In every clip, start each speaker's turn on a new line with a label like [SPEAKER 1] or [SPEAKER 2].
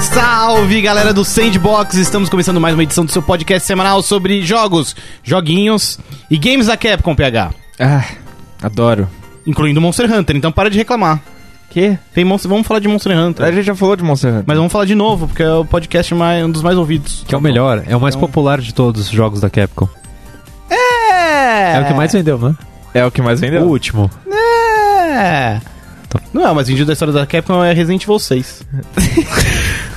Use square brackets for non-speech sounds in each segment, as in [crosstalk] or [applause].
[SPEAKER 1] Salve galera do Sandbox! Estamos começando mais uma edição do seu podcast semanal sobre jogos, joguinhos e games da Capcom PH,
[SPEAKER 2] Ah, adoro.
[SPEAKER 1] incluindo Monster Hunter. Então para de reclamar.
[SPEAKER 2] Que?
[SPEAKER 1] Tem Monster, vamos falar de Monster
[SPEAKER 2] A
[SPEAKER 3] É.
[SPEAKER 1] Hunter.
[SPEAKER 2] gente já falou de Monster Hunter.
[SPEAKER 1] Mas vamos falar de novo, porque é o podcast mais, um dos mais ouvidos.
[SPEAKER 3] Que é o melhor, é o
[SPEAKER 1] Então-
[SPEAKER 3] mais popular de todos os jogos da Capcom. É, o que mais vendeu, né?
[SPEAKER 2] É o que mais
[SPEAKER 3] O
[SPEAKER 2] vendeu.
[SPEAKER 3] último.
[SPEAKER 1] É. Não é o mais vendido da história da Capcom, é Resident Evil 6.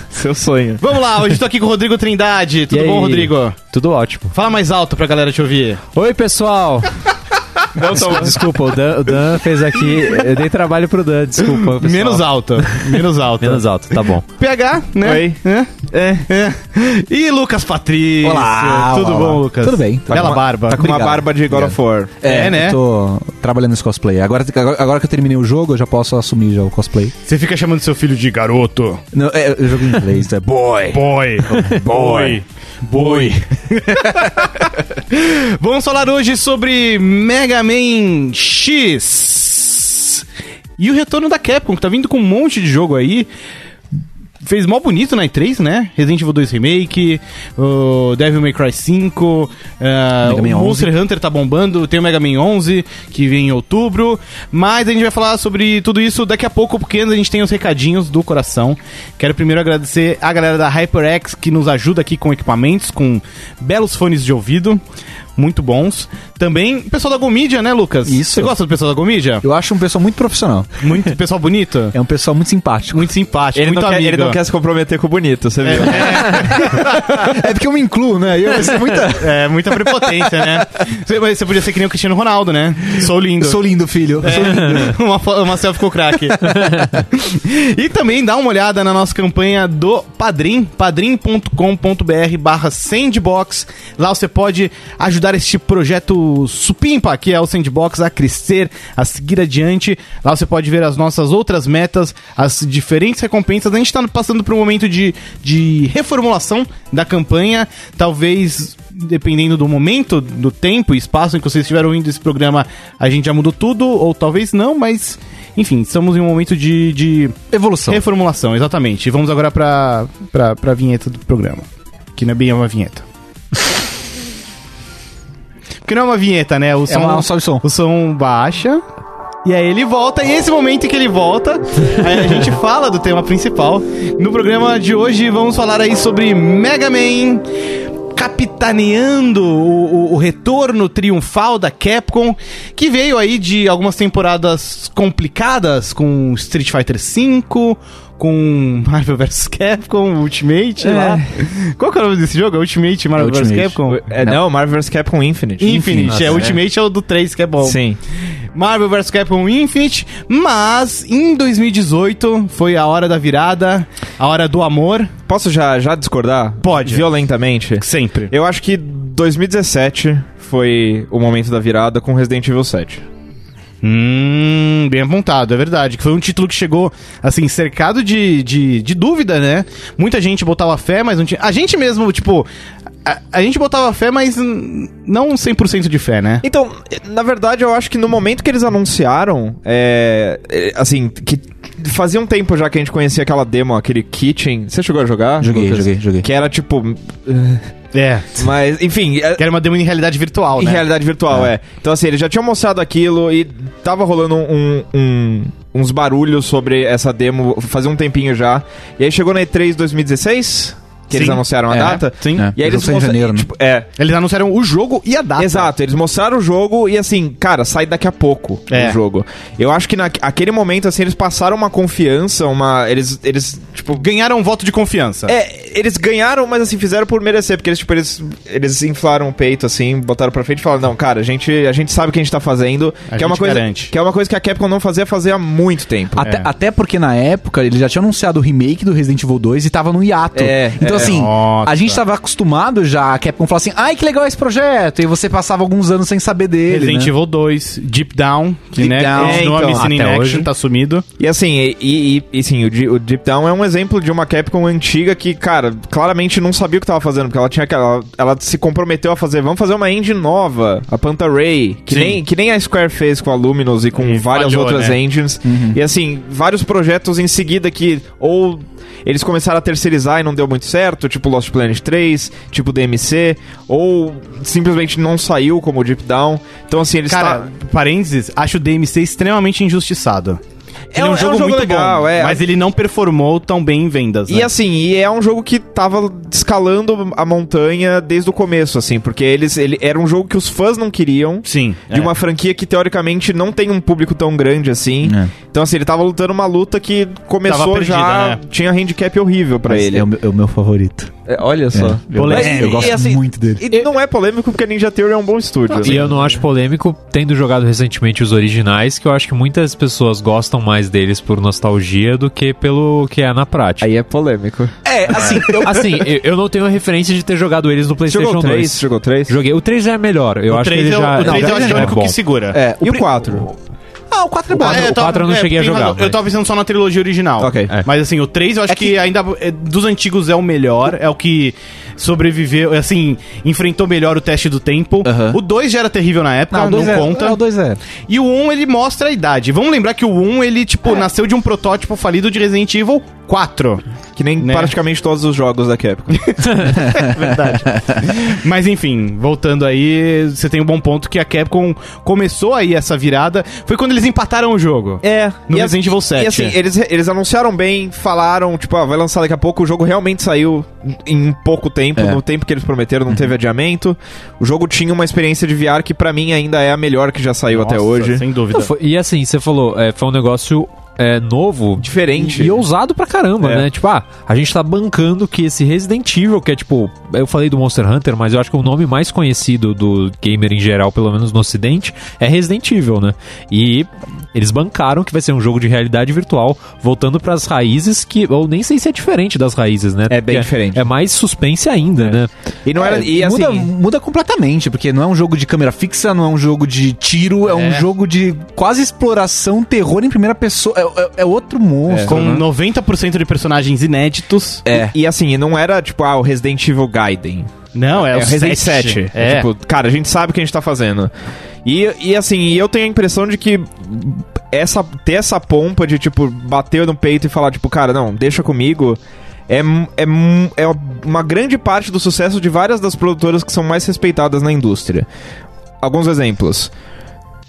[SPEAKER 2] Seu sonho.
[SPEAKER 1] Vamos lá, hoje eu tô aqui com o Rodrigo
[SPEAKER 3] [laughs]
[SPEAKER 1] Trindade. Tudo
[SPEAKER 3] E aí?
[SPEAKER 1] bom, Rodrigo?
[SPEAKER 3] Tudo ótimo.
[SPEAKER 1] Fala mais alto pra galera te ouvir. [laughs]
[SPEAKER 3] Oi, pessoal!
[SPEAKER 2] [laughs] Não, tá bom.
[SPEAKER 3] Desculpa, o Dan, o Dan fez aqui. Eu dei trabalho pro Dan, desculpa. Pessoal.
[SPEAKER 1] Menos alto. Menos alto.
[SPEAKER 3] [laughs] Menos alto, tá bom.
[SPEAKER 1] PH, né?
[SPEAKER 2] Oi.
[SPEAKER 1] Hã? É. E Lucas Patrício.
[SPEAKER 4] Olá,
[SPEAKER 1] Tudo
[SPEAKER 4] olá,
[SPEAKER 1] bom,
[SPEAKER 4] olá.
[SPEAKER 1] Lucas?
[SPEAKER 4] Tudo bem.
[SPEAKER 1] Tá Bela
[SPEAKER 4] com uma-
[SPEAKER 1] barba.
[SPEAKER 2] Tá com uma
[SPEAKER 4] Obrigado.
[SPEAKER 2] barba de God of War.
[SPEAKER 1] É, né?
[SPEAKER 4] Eu tô trabalhando nesse cosplay. Agora, agora, agora que eu terminei o jogo, eu já posso assumir já o cosplay.
[SPEAKER 1] Você fica chamando seu filho de garoto.
[SPEAKER 4] Não, é, eu jogo em inglês, é boy.
[SPEAKER 1] Boy. Boy. Boy. [laughs] Vamos falar hoje sobre Mega Man X. E o retorno da Capcom, que tá vindo com um monte de jogo aí. Fez mal bonito na E3, né? Resident Evil 2 Remake, o Devil May Cry 5, ah,
[SPEAKER 4] Mega Man
[SPEAKER 1] o Monster Hunter tá bombando, tem o Mega Man 11, que vem em outubro. Mas a gente vai falar sobre tudo isso daqui a pouco, porque antes a gente tem os recadinhos do coração. Quero primeiro agradecer a galera da HyperX, que nos ajuda aqui com equipamentos, com belos fones de ouvido, muito bons. Também o pessoal da Gomídia, né, Lucas?
[SPEAKER 4] Isso.
[SPEAKER 1] Você gosta do pessoal da Gomídia?
[SPEAKER 4] Eu acho um pessoal muito profissional.
[SPEAKER 1] Muito pessoal
[SPEAKER 2] [laughs]
[SPEAKER 1] bonito?
[SPEAKER 4] É um pessoal muito simpático.
[SPEAKER 1] Muito simpático,
[SPEAKER 2] Ele
[SPEAKER 1] muito
[SPEAKER 2] não, quer,
[SPEAKER 1] amigo.
[SPEAKER 2] ele não quer se comprometer com o bonito, você viu?
[SPEAKER 1] [laughs]
[SPEAKER 4] É porque eu me incluo, né? Eu, eu sou muita...
[SPEAKER 1] É, muita prepotência, né? Você, mas você podia ser que nem o Cristiano Ronaldo, né? Sou lindo.
[SPEAKER 4] Eu sou lindo, filho. Eu sou lindo.
[SPEAKER 1] [laughs] É, uma, fo- uma selfie com o crack. [laughs] e também dá uma olhada na nossa campanha do Padrim, padrim.com.br barra sandbox. Lá você pode ajudar este projeto supimpa, que é o Sandbox, a crescer, a seguir adiante. Lá você pode ver as nossas outras metas, as diferentes recompensas. A gente está passando por um momento de, de reformulação da campanha. Talvez dependendo do momento, do tempo e espaço em que vocês estiveram ouvindo esse programa, a gente já mudou tudo, ou talvez não, mas enfim, estamos em um momento de, de
[SPEAKER 4] Evolução.
[SPEAKER 1] reformulação, exatamente. E vamos agora pra, pra, pra vinheta do programa, que não é bem uma vinheta. [laughs] Porque não é uma vinheta, né? O
[SPEAKER 4] É
[SPEAKER 1] som,
[SPEAKER 4] uma, um sobe som.
[SPEAKER 1] o som baixa. E aí ele volta, e esse momento em que ele volta, aí a gente fala do tema principal. No programa de hoje vamos falar aí sobre Mega Man capitaneando o, o- o retorno triunfal da Capcom, que veio aí de algumas temporadas complicadas com Street Fighter V, com Marvel vs Capcom, Ultimate lá. Qual que é o nome desse jogo? É Ultimate Marvel vs
[SPEAKER 4] Ultimate.
[SPEAKER 1] Capcom?
[SPEAKER 2] É, não, Marvel vs Capcom Infinite.
[SPEAKER 1] Infinite,
[SPEAKER 2] Nossa,
[SPEAKER 1] é, Ultimate é o do 3 que é bom.
[SPEAKER 2] Sim.
[SPEAKER 1] Marvel vs Capcom Infinite, mas em 2018 foi a hora da virada, a hora do amor.
[SPEAKER 2] Posso já, já discordar?
[SPEAKER 1] Pode.
[SPEAKER 2] Violentamente.
[SPEAKER 1] Sempre.
[SPEAKER 2] Eu acho que 2017 foi o momento da virada com Resident Evil 7.
[SPEAKER 1] Hum, bem apontado, é verdade. Que foi um título que chegou, assim, cercado de, de, de dúvida, né? Muita gente botava fé, mas não tinha. A gente mesmo, tipo. A, a gente botava fé, mas hum, não 100% de fé, né?
[SPEAKER 2] Então, na verdade, eu acho que no momento que eles anunciaram, é, é, assim, que fazia um tempo já que a gente conhecia aquela demo, aquele Kitchen. Você chegou a jogar?
[SPEAKER 4] Joguei,
[SPEAKER 2] Lucas?
[SPEAKER 4] joguei, joguei.
[SPEAKER 2] Que era tipo.
[SPEAKER 1] É.
[SPEAKER 2] [laughs] Mas, enfim. é-
[SPEAKER 1] Que era uma demo em realidade virtual,
[SPEAKER 2] Em
[SPEAKER 1] né?
[SPEAKER 2] realidade virtual, é. Então, assim, ele já tinha mostrado aquilo e tava rolando um- um- uns barulhos sobre essa demo fazia um tempinho já. E aí chegou na E3 2016, que eles
[SPEAKER 1] Sim.
[SPEAKER 2] anunciaram a
[SPEAKER 4] É.
[SPEAKER 2] data.
[SPEAKER 1] Sim.
[SPEAKER 4] É.
[SPEAKER 2] E aí
[SPEAKER 4] Eu
[SPEAKER 2] eles
[SPEAKER 4] sou em
[SPEAKER 2] mostra-
[SPEAKER 4] janeiro, né?
[SPEAKER 2] tipo, É,
[SPEAKER 1] Eles anunciaram o jogo e a data.
[SPEAKER 2] Exato, eles mostraram o jogo e assim, cara, sai daqui a pouco
[SPEAKER 1] É.
[SPEAKER 2] o jogo. Eu acho que naquele momento, assim, eles passaram uma confiança, uma. Eles. Eles, tipo.
[SPEAKER 1] Ganharam um voto de confiança.
[SPEAKER 2] É, eles ganharam, mas assim, fizeram por merecer, porque eles, tipo, eles, eles inflaram o peito, assim, botaram pra frente e falaram, não, cara, a gente, a gente sabe o que a gente tá fazendo,
[SPEAKER 1] A
[SPEAKER 2] que é uma
[SPEAKER 1] gente
[SPEAKER 2] coisa.
[SPEAKER 1] garante.
[SPEAKER 2] Que é uma coisa que a Capcom não fazia fazia há muito tempo.
[SPEAKER 4] Até, até porque na época eles já tinham anunciado o remake do Resident Evil 2 e tava no hiato.
[SPEAKER 2] É,
[SPEAKER 4] então,
[SPEAKER 2] é.
[SPEAKER 4] assim,
[SPEAKER 1] Nossa.
[SPEAKER 4] a gente tava acostumado já a Capcom falar assim, ai, que legal esse projeto. E você passava alguns anos sem saber dele,
[SPEAKER 1] Resident
[SPEAKER 4] né?
[SPEAKER 1] Evil 2, Deep Down, que
[SPEAKER 2] Deep
[SPEAKER 1] né,
[SPEAKER 2] Down.
[SPEAKER 1] continua
[SPEAKER 2] É, então,
[SPEAKER 1] missing in
[SPEAKER 3] até
[SPEAKER 1] action,
[SPEAKER 3] hoje.
[SPEAKER 1] tá sumido.
[SPEAKER 2] E assim, e, e, e- e sim, o, Di- o Deep Down é um exemplo de uma Capcom antiga que, cara, claramente não sabia o que tava fazendo, porque ela tinha aquela. Ela se comprometeu a fazer, vamos fazer uma engine nova, a Pantaray, que
[SPEAKER 1] Sim.
[SPEAKER 2] nem, que nem a Square fez com a Luminous e com
[SPEAKER 1] E
[SPEAKER 2] várias
[SPEAKER 1] falhou,
[SPEAKER 2] outras
[SPEAKER 1] né?
[SPEAKER 2] engines. E assim, vários projetos em seguida que ou eles começaram a terceirizar e não deu muito certo, tipo Lost Planet 3, tipo DMC, ou simplesmente não saiu como o Deep Down. Então assim, eles
[SPEAKER 1] Cara,
[SPEAKER 2] tá-
[SPEAKER 1] parênteses, acho o DMC extremamente injustiçado. Ele
[SPEAKER 2] um- é um jogo legal, é.
[SPEAKER 1] mas ele não performou tão bem em vendas, né?
[SPEAKER 2] E assim, e é um jogo que tava escalando a montanha desde o começo, assim, porque eles ele era um jogo que os fãs não queriam.
[SPEAKER 1] Sim. é.
[SPEAKER 2] De uma franquia que teoricamente não tem um público tão grande assim.
[SPEAKER 4] É.
[SPEAKER 2] Então, assim, ele tava lutando uma luta que começou
[SPEAKER 1] Tava perdida,
[SPEAKER 2] já.
[SPEAKER 1] né?
[SPEAKER 2] Tinha handicap horrível pra
[SPEAKER 4] Mas
[SPEAKER 2] ele.
[SPEAKER 4] É o, meu- é o meu favorito.
[SPEAKER 2] É, olha só.
[SPEAKER 4] Eu,
[SPEAKER 1] Polêmico.
[SPEAKER 4] gosto- eu
[SPEAKER 2] E,
[SPEAKER 4] gosto
[SPEAKER 2] assim,
[SPEAKER 4] muito dele.
[SPEAKER 2] E não é polêmico porque a Ninja Theory é um bom estúdio.
[SPEAKER 3] E
[SPEAKER 2] assim.
[SPEAKER 3] eu não acho polêmico, tendo jogado recentemente os originais, que eu acho que muitas pessoas gostam mais deles por nostalgia do que pelo que é na prática.
[SPEAKER 2] Aí é polêmico.
[SPEAKER 3] é, assim, eu, assim, eu, eu não tenho a referência de ter jogado eles no PlayStation
[SPEAKER 2] Jogou 3,
[SPEAKER 3] 2.
[SPEAKER 2] jogou 3.
[SPEAKER 3] Joguei. O 3 já é melhor. Eu
[SPEAKER 1] o
[SPEAKER 3] acho que
[SPEAKER 1] 3
[SPEAKER 3] ele
[SPEAKER 1] é o-
[SPEAKER 3] já,
[SPEAKER 1] o 3
[SPEAKER 3] já
[SPEAKER 1] eu acho que é o
[SPEAKER 3] é
[SPEAKER 1] único
[SPEAKER 3] bom.
[SPEAKER 1] que segura.
[SPEAKER 2] É,
[SPEAKER 4] O
[SPEAKER 2] e o
[SPEAKER 4] pri-
[SPEAKER 2] 4.
[SPEAKER 4] Ah, o 4 é bom.
[SPEAKER 3] Ah,
[SPEAKER 1] eu
[SPEAKER 3] o
[SPEAKER 1] tava-
[SPEAKER 3] quatro eu não cheguei a
[SPEAKER 1] tem
[SPEAKER 3] jogar,
[SPEAKER 1] razão. Eu
[SPEAKER 3] mas-
[SPEAKER 1] tava pensando só na trilogia original.
[SPEAKER 2] Ok. É.
[SPEAKER 1] Mas assim, o 3 eu acho que... ainda é, dos antigos é o melhor, é o que sobreviveu, assim, enfrentou melhor o teste do tempo.
[SPEAKER 2] Aham.
[SPEAKER 1] O 2 já era terrível na época,
[SPEAKER 4] Não, o
[SPEAKER 1] não,
[SPEAKER 4] dois é-
[SPEAKER 1] conta.
[SPEAKER 4] é, o 2 é.
[SPEAKER 1] E o 1 ele mostra a idade. Vamos lembrar que o 1 ele
[SPEAKER 2] É.
[SPEAKER 1] tipo nasceu de um protótipo falido de Resident Evil 4.
[SPEAKER 2] Que nem
[SPEAKER 1] Né?
[SPEAKER 2] praticamente todos os jogos da Capcom. É
[SPEAKER 1] Verdade. [laughs] Mas enfim, voltando aí, você tem um bom ponto que a Capcom começou aí essa virada. Foi quando eles empataram o jogo.
[SPEAKER 2] É.
[SPEAKER 1] No
[SPEAKER 2] e
[SPEAKER 1] Resident
[SPEAKER 2] assim-
[SPEAKER 1] Evil 7.
[SPEAKER 2] E assim, eles, eles anunciaram bem, falaram, tipo, ah, vai lançar daqui a pouco. O jogo realmente saiu em pouco tempo,
[SPEAKER 4] É.
[SPEAKER 2] no tempo que eles prometeram, não teve adiamento. O jogo tinha uma experiência de VR que pra mim ainda é a melhor que já saiu até
[SPEAKER 1] Nossa,
[SPEAKER 2] hoje. Então,
[SPEAKER 1] Sem dúvida.
[SPEAKER 3] Não, foi- e assim, você falou, é, foi um negócio é, novo.
[SPEAKER 2] Diferente.
[SPEAKER 3] E, e ousado pra caramba,
[SPEAKER 2] É.
[SPEAKER 3] né? Tipo, ah, a gente tá bancando que esse Resident Evil, que é tipo, eu falei do Monster Hunter, mas eu acho que o nome mais conhecido do gamer em geral, pelo menos no ocidente, é Resident Evil, né? E eles bancaram que vai ser um jogo de realidade virtual, voltando pras raízes que, eu nem sei se é diferente das raízes, né?
[SPEAKER 2] É bem
[SPEAKER 3] Porque
[SPEAKER 2] diferente. É.
[SPEAKER 3] É mais suspense ainda, né?
[SPEAKER 2] E não era. E assim.
[SPEAKER 4] é, muda, muda completamente, porque não é um jogo de câmera fixa, não é um jogo de tiro, é, um jogo de quase exploração, terror em primeira pessoa. É, é- é outro
[SPEAKER 2] um
[SPEAKER 4] monstro. né?
[SPEAKER 1] Com
[SPEAKER 2] né?
[SPEAKER 1] 90% de personagens inéditos.
[SPEAKER 2] É. E assim, não era tipo, ah, o Resident Evil Gaiden.
[SPEAKER 1] Não, é,
[SPEAKER 2] É,
[SPEAKER 1] o
[SPEAKER 2] o Resident 7.
[SPEAKER 1] 7.
[SPEAKER 2] É, Tipo, cara, a gente sabe o que a gente tá fazendo. E, e assim, eu tenho a impressão de que essa, ter essa pompa de, tipo, bater no peito e falar, tipo, cara, não, deixa comigo. É, m- é, m- é uma grande parte do sucesso de várias das produtoras que são mais respeitadas na indústria. Alguns exemplos.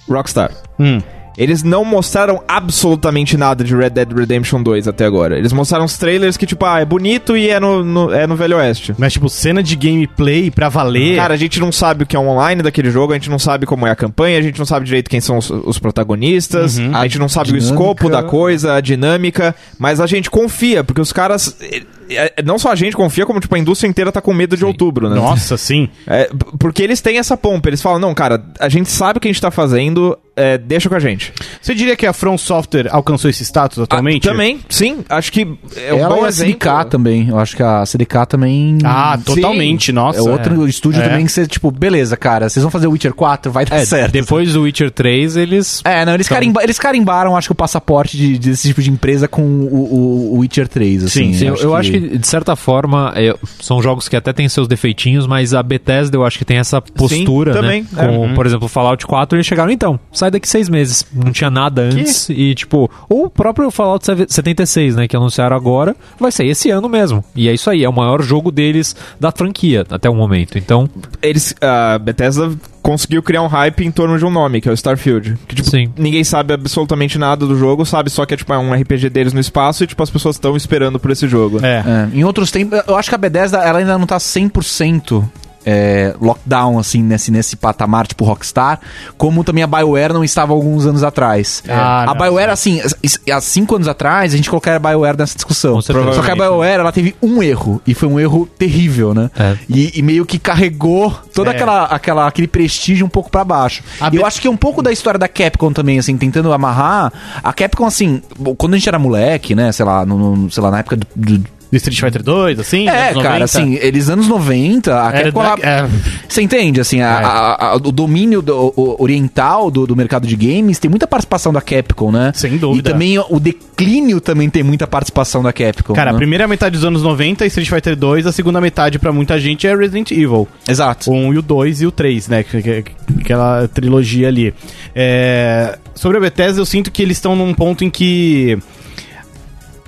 [SPEAKER 2] Rockstar.
[SPEAKER 1] Hum.
[SPEAKER 2] Eles não mostraram absolutamente nada de Red Dead Redemption 2 até agora. Eles mostraram os trailers que, tipo, ah, é bonito e é no, no- é no Velho Oeste.
[SPEAKER 1] Mas, tipo, cena de gameplay pra valer.
[SPEAKER 2] Cara, a gente não sabe o que é o online daquele jogo, a gente não sabe como é a campanha, a gente não sabe direito quem são os, os protagonistas, a gente não sabe
[SPEAKER 4] dinâmica.
[SPEAKER 2] o escopo da coisa, a dinâmica, mas a gente confia, porque os caras. eh, eh, Não só a gente confia, como tipo, a indústria inteira tá com medo de outubro, né?
[SPEAKER 1] Nossa, sim.
[SPEAKER 2] É, p- porque eles têm essa pompa, eles falam, não, cara, a gente sabe o que a gente tá fazendo, eh, deixa com a gente.
[SPEAKER 1] Você diria que a From Software alcançou esse status atualmente?
[SPEAKER 2] Ah, Também, sim, acho que é um
[SPEAKER 4] Ela
[SPEAKER 2] bom
[SPEAKER 4] e a
[SPEAKER 2] exemplo.
[SPEAKER 4] CDK também. Eu acho que a CDK também.
[SPEAKER 1] Ah, totalmente, nossa.
[SPEAKER 4] é outro estúdio
[SPEAKER 1] É.
[SPEAKER 4] também que você, tipo, beleza, cara, vocês vão fazer Witcher 4, vai dar
[SPEAKER 3] É,
[SPEAKER 4] certo.
[SPEAKER 3] Depois do Witcher 3, eles.
[SPEAKER 4] É, não, eles, carimba- eles carimbaram, acho que, o passaporte de- desse tipo de empresa com o, o- o Witcher 3, assim.
[SPEAKER 1] Sim,
[SPEAKER 3] Sim, eu, eu acho que, de certa forma, eu- são jogos que até têm seus defeitinhos, mas a Bethesda eu acho que tem essa postura,
[SPEAKER 2] também,
[SPEAKER 3] né?
[SPEAKER 2] é.
[SPEAKER 3] Com, por exemplo, Fallout 4, eles chegaram, então, sai daqui seis meses. Não tinha nada antes e, tipo, ou o próprio Fallout 76, né, que anunciaram agora, vai sair esse ano mesmo. E é isso aí, é o maior jogo deles da franquia até o momento. Então,
[SPEAKER 2] Eles, a Bethesda conseguiu criar um hype em torno de um nome, que é o Starfield. Que, tipo,
[SPEAKER 3] sim.
[SPEAKER 2] ninguém sabe absolutamente nada do jogo, sabe só que é tipo é um RPG deles no espaço e tipo as pessoas estão esperando por esse jogo.
[SPEAKER 1] É.
[SPEAKER 4] É, em outros tempos, eu acho que a Bethesda ela ainda não tá 100% é, lockdown, assim, nesse, nesse patamar, tipo Rockstar, como também a BioWare não estava alguns anos atrás.
[SPEAKER 1] Ah,
[SPEAKER 4] a
[SPEAKER 1] não,
[SPEAKER 4] BioWare, assim, as- há cinco anos atrás, a gente colocaria a BioWare nessa discussão.
[SPEAKER 3] Com certeza.
[SPEAKER 4] Só que a BioWare, ela teve um erro, e foi um erro terrível, né?
[SPEAKER 3] É.
[SPEAKER 4] E, e meio que carregou todo
[SPEAKER 1] É.
[SPEAKER 4] aquela, aquela, aquele prestígio um pouco pra baixo.
[SPEAKER 1] A
[SPEAKER 4] E eu
[SPEAKER 1] Be-
[SPEAKER 4] acho que é um pouco da história da Capcom também, assim, tentando amarrar. A Capcom, assim, bom, quando a gente era moleque, né, sei lá, no, no- sei lá na época do, do-
[SPEAKER 1] do Street Fighter 2, assim?
[SPEAKER 4] É,
[SPEAKER 1] anos 90.
[SPEAKER 4] cara, assim, eles anos 90,
[SPEAKER 1] Era,
[SPEAKER 4] aquela, colab-
[SPEAKER 1] é,
[SPEAKER 4] Você entende, assim, a- a- a- o domínio do- o- oriental do, do mercado de games tem muita participação da Capcom, né?
[SPEAKER 1] Sem dúvida.
[SPEAKER 4] E também o declínio também tem muita participação da Capcom.
[SPEAKER 1] cara, a
[SPEAKER 4] né?
[SPEAKER 1] primeira metade dos anos 90 é Street Fighter 2, a segunda metade pra muita gente é Resident Evil.
[SPEAKER 4] Exato.
[SPEAKER 1] O 1 e o 2 e o 3, né? que- que- que- Aquela trilogia ali. É, Sobre a Bethesda, eu sinto que eles estão num ponto em que.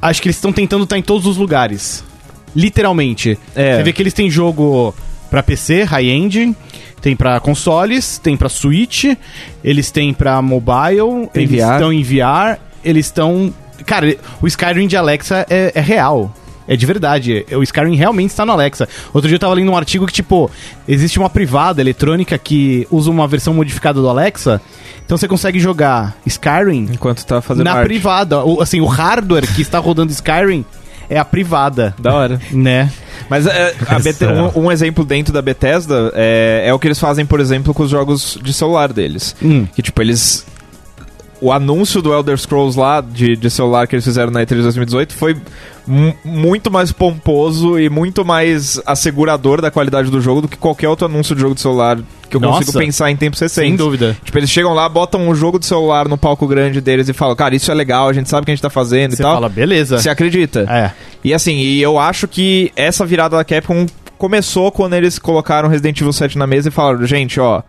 [SPEAKER 1] Acho que eles estão tentando estar em todos os lugares. Literalmente.
[SPEAKER 2] É.
[SPEAKER 1] Você vê que eles têm jogo pra PC, high-end, tem pra consoles, tem pra Switch, eles têm pra mobile,
[SPEAKER 4] Tem
[SPEAKER 1] eles
[SPEAKER 4] VR.
[SPEAKER 1] estão em VR, eles estão. Cara, o Skyrim de Alexa é, é real. É de verdade. O Skyrim realmente está no Alexa. Outro dia eu tava lendo um artigo que, tipo, existe uma privada eletrônica que usa uma versão modificada do Alexa. Então você consegue jogar Skyrim
[SPEAKER 2] Enquanto tá fazendo
[SPEAKER 1] na
[SPEAKER 2] arte.
[SPEAKER 1] privada. O, assim, o hardware que está rodando Skyrim é a privada,
[SPEAKER 2] Da hora.
[SPEAKER 1] né?
[SPEAKER 2] Mas é, a Bete- um, um exemplo dentro da Bethesda é, é o que eles fazem, por exemplo, com os jogos de celular deles.
[SPEAKER 1] Hum.
[SPEAKER 2] Que, tipo, eles... O anúncio do Elder Scrolls lá, de, de celular que eles fizeram na E3 de 2018, foi mu- muito mais pomposo e muito mais assegurador da qualidade do jogo do que qualquer outro anúncio de jogo de celular que eu consigo
[SPEAKER 1] Nossa.
[SPEAKER 2] pensar em tempos recentes.
[SPEAKER 1] Sem dúvida.
[SPEAKER 2] Tipo, eles chegam lá, botam um jogo de celular no palco grande deles e falam, cara, isso é legal, a gente sabe o que a gente tá fazendo
[SPEAKER 1] Você
[SPEAKER 2] e tal.
[SPEAKER 1] fala, beleza.
[SPEAKER 2] Você acredita.
[SPEAKER 1] É.
[SPEAKER 2] E assim, e eu acho que essa virada da Capcom começou quando eles colocaram Resident Evil 7 na mesa e falaram, gente, ó,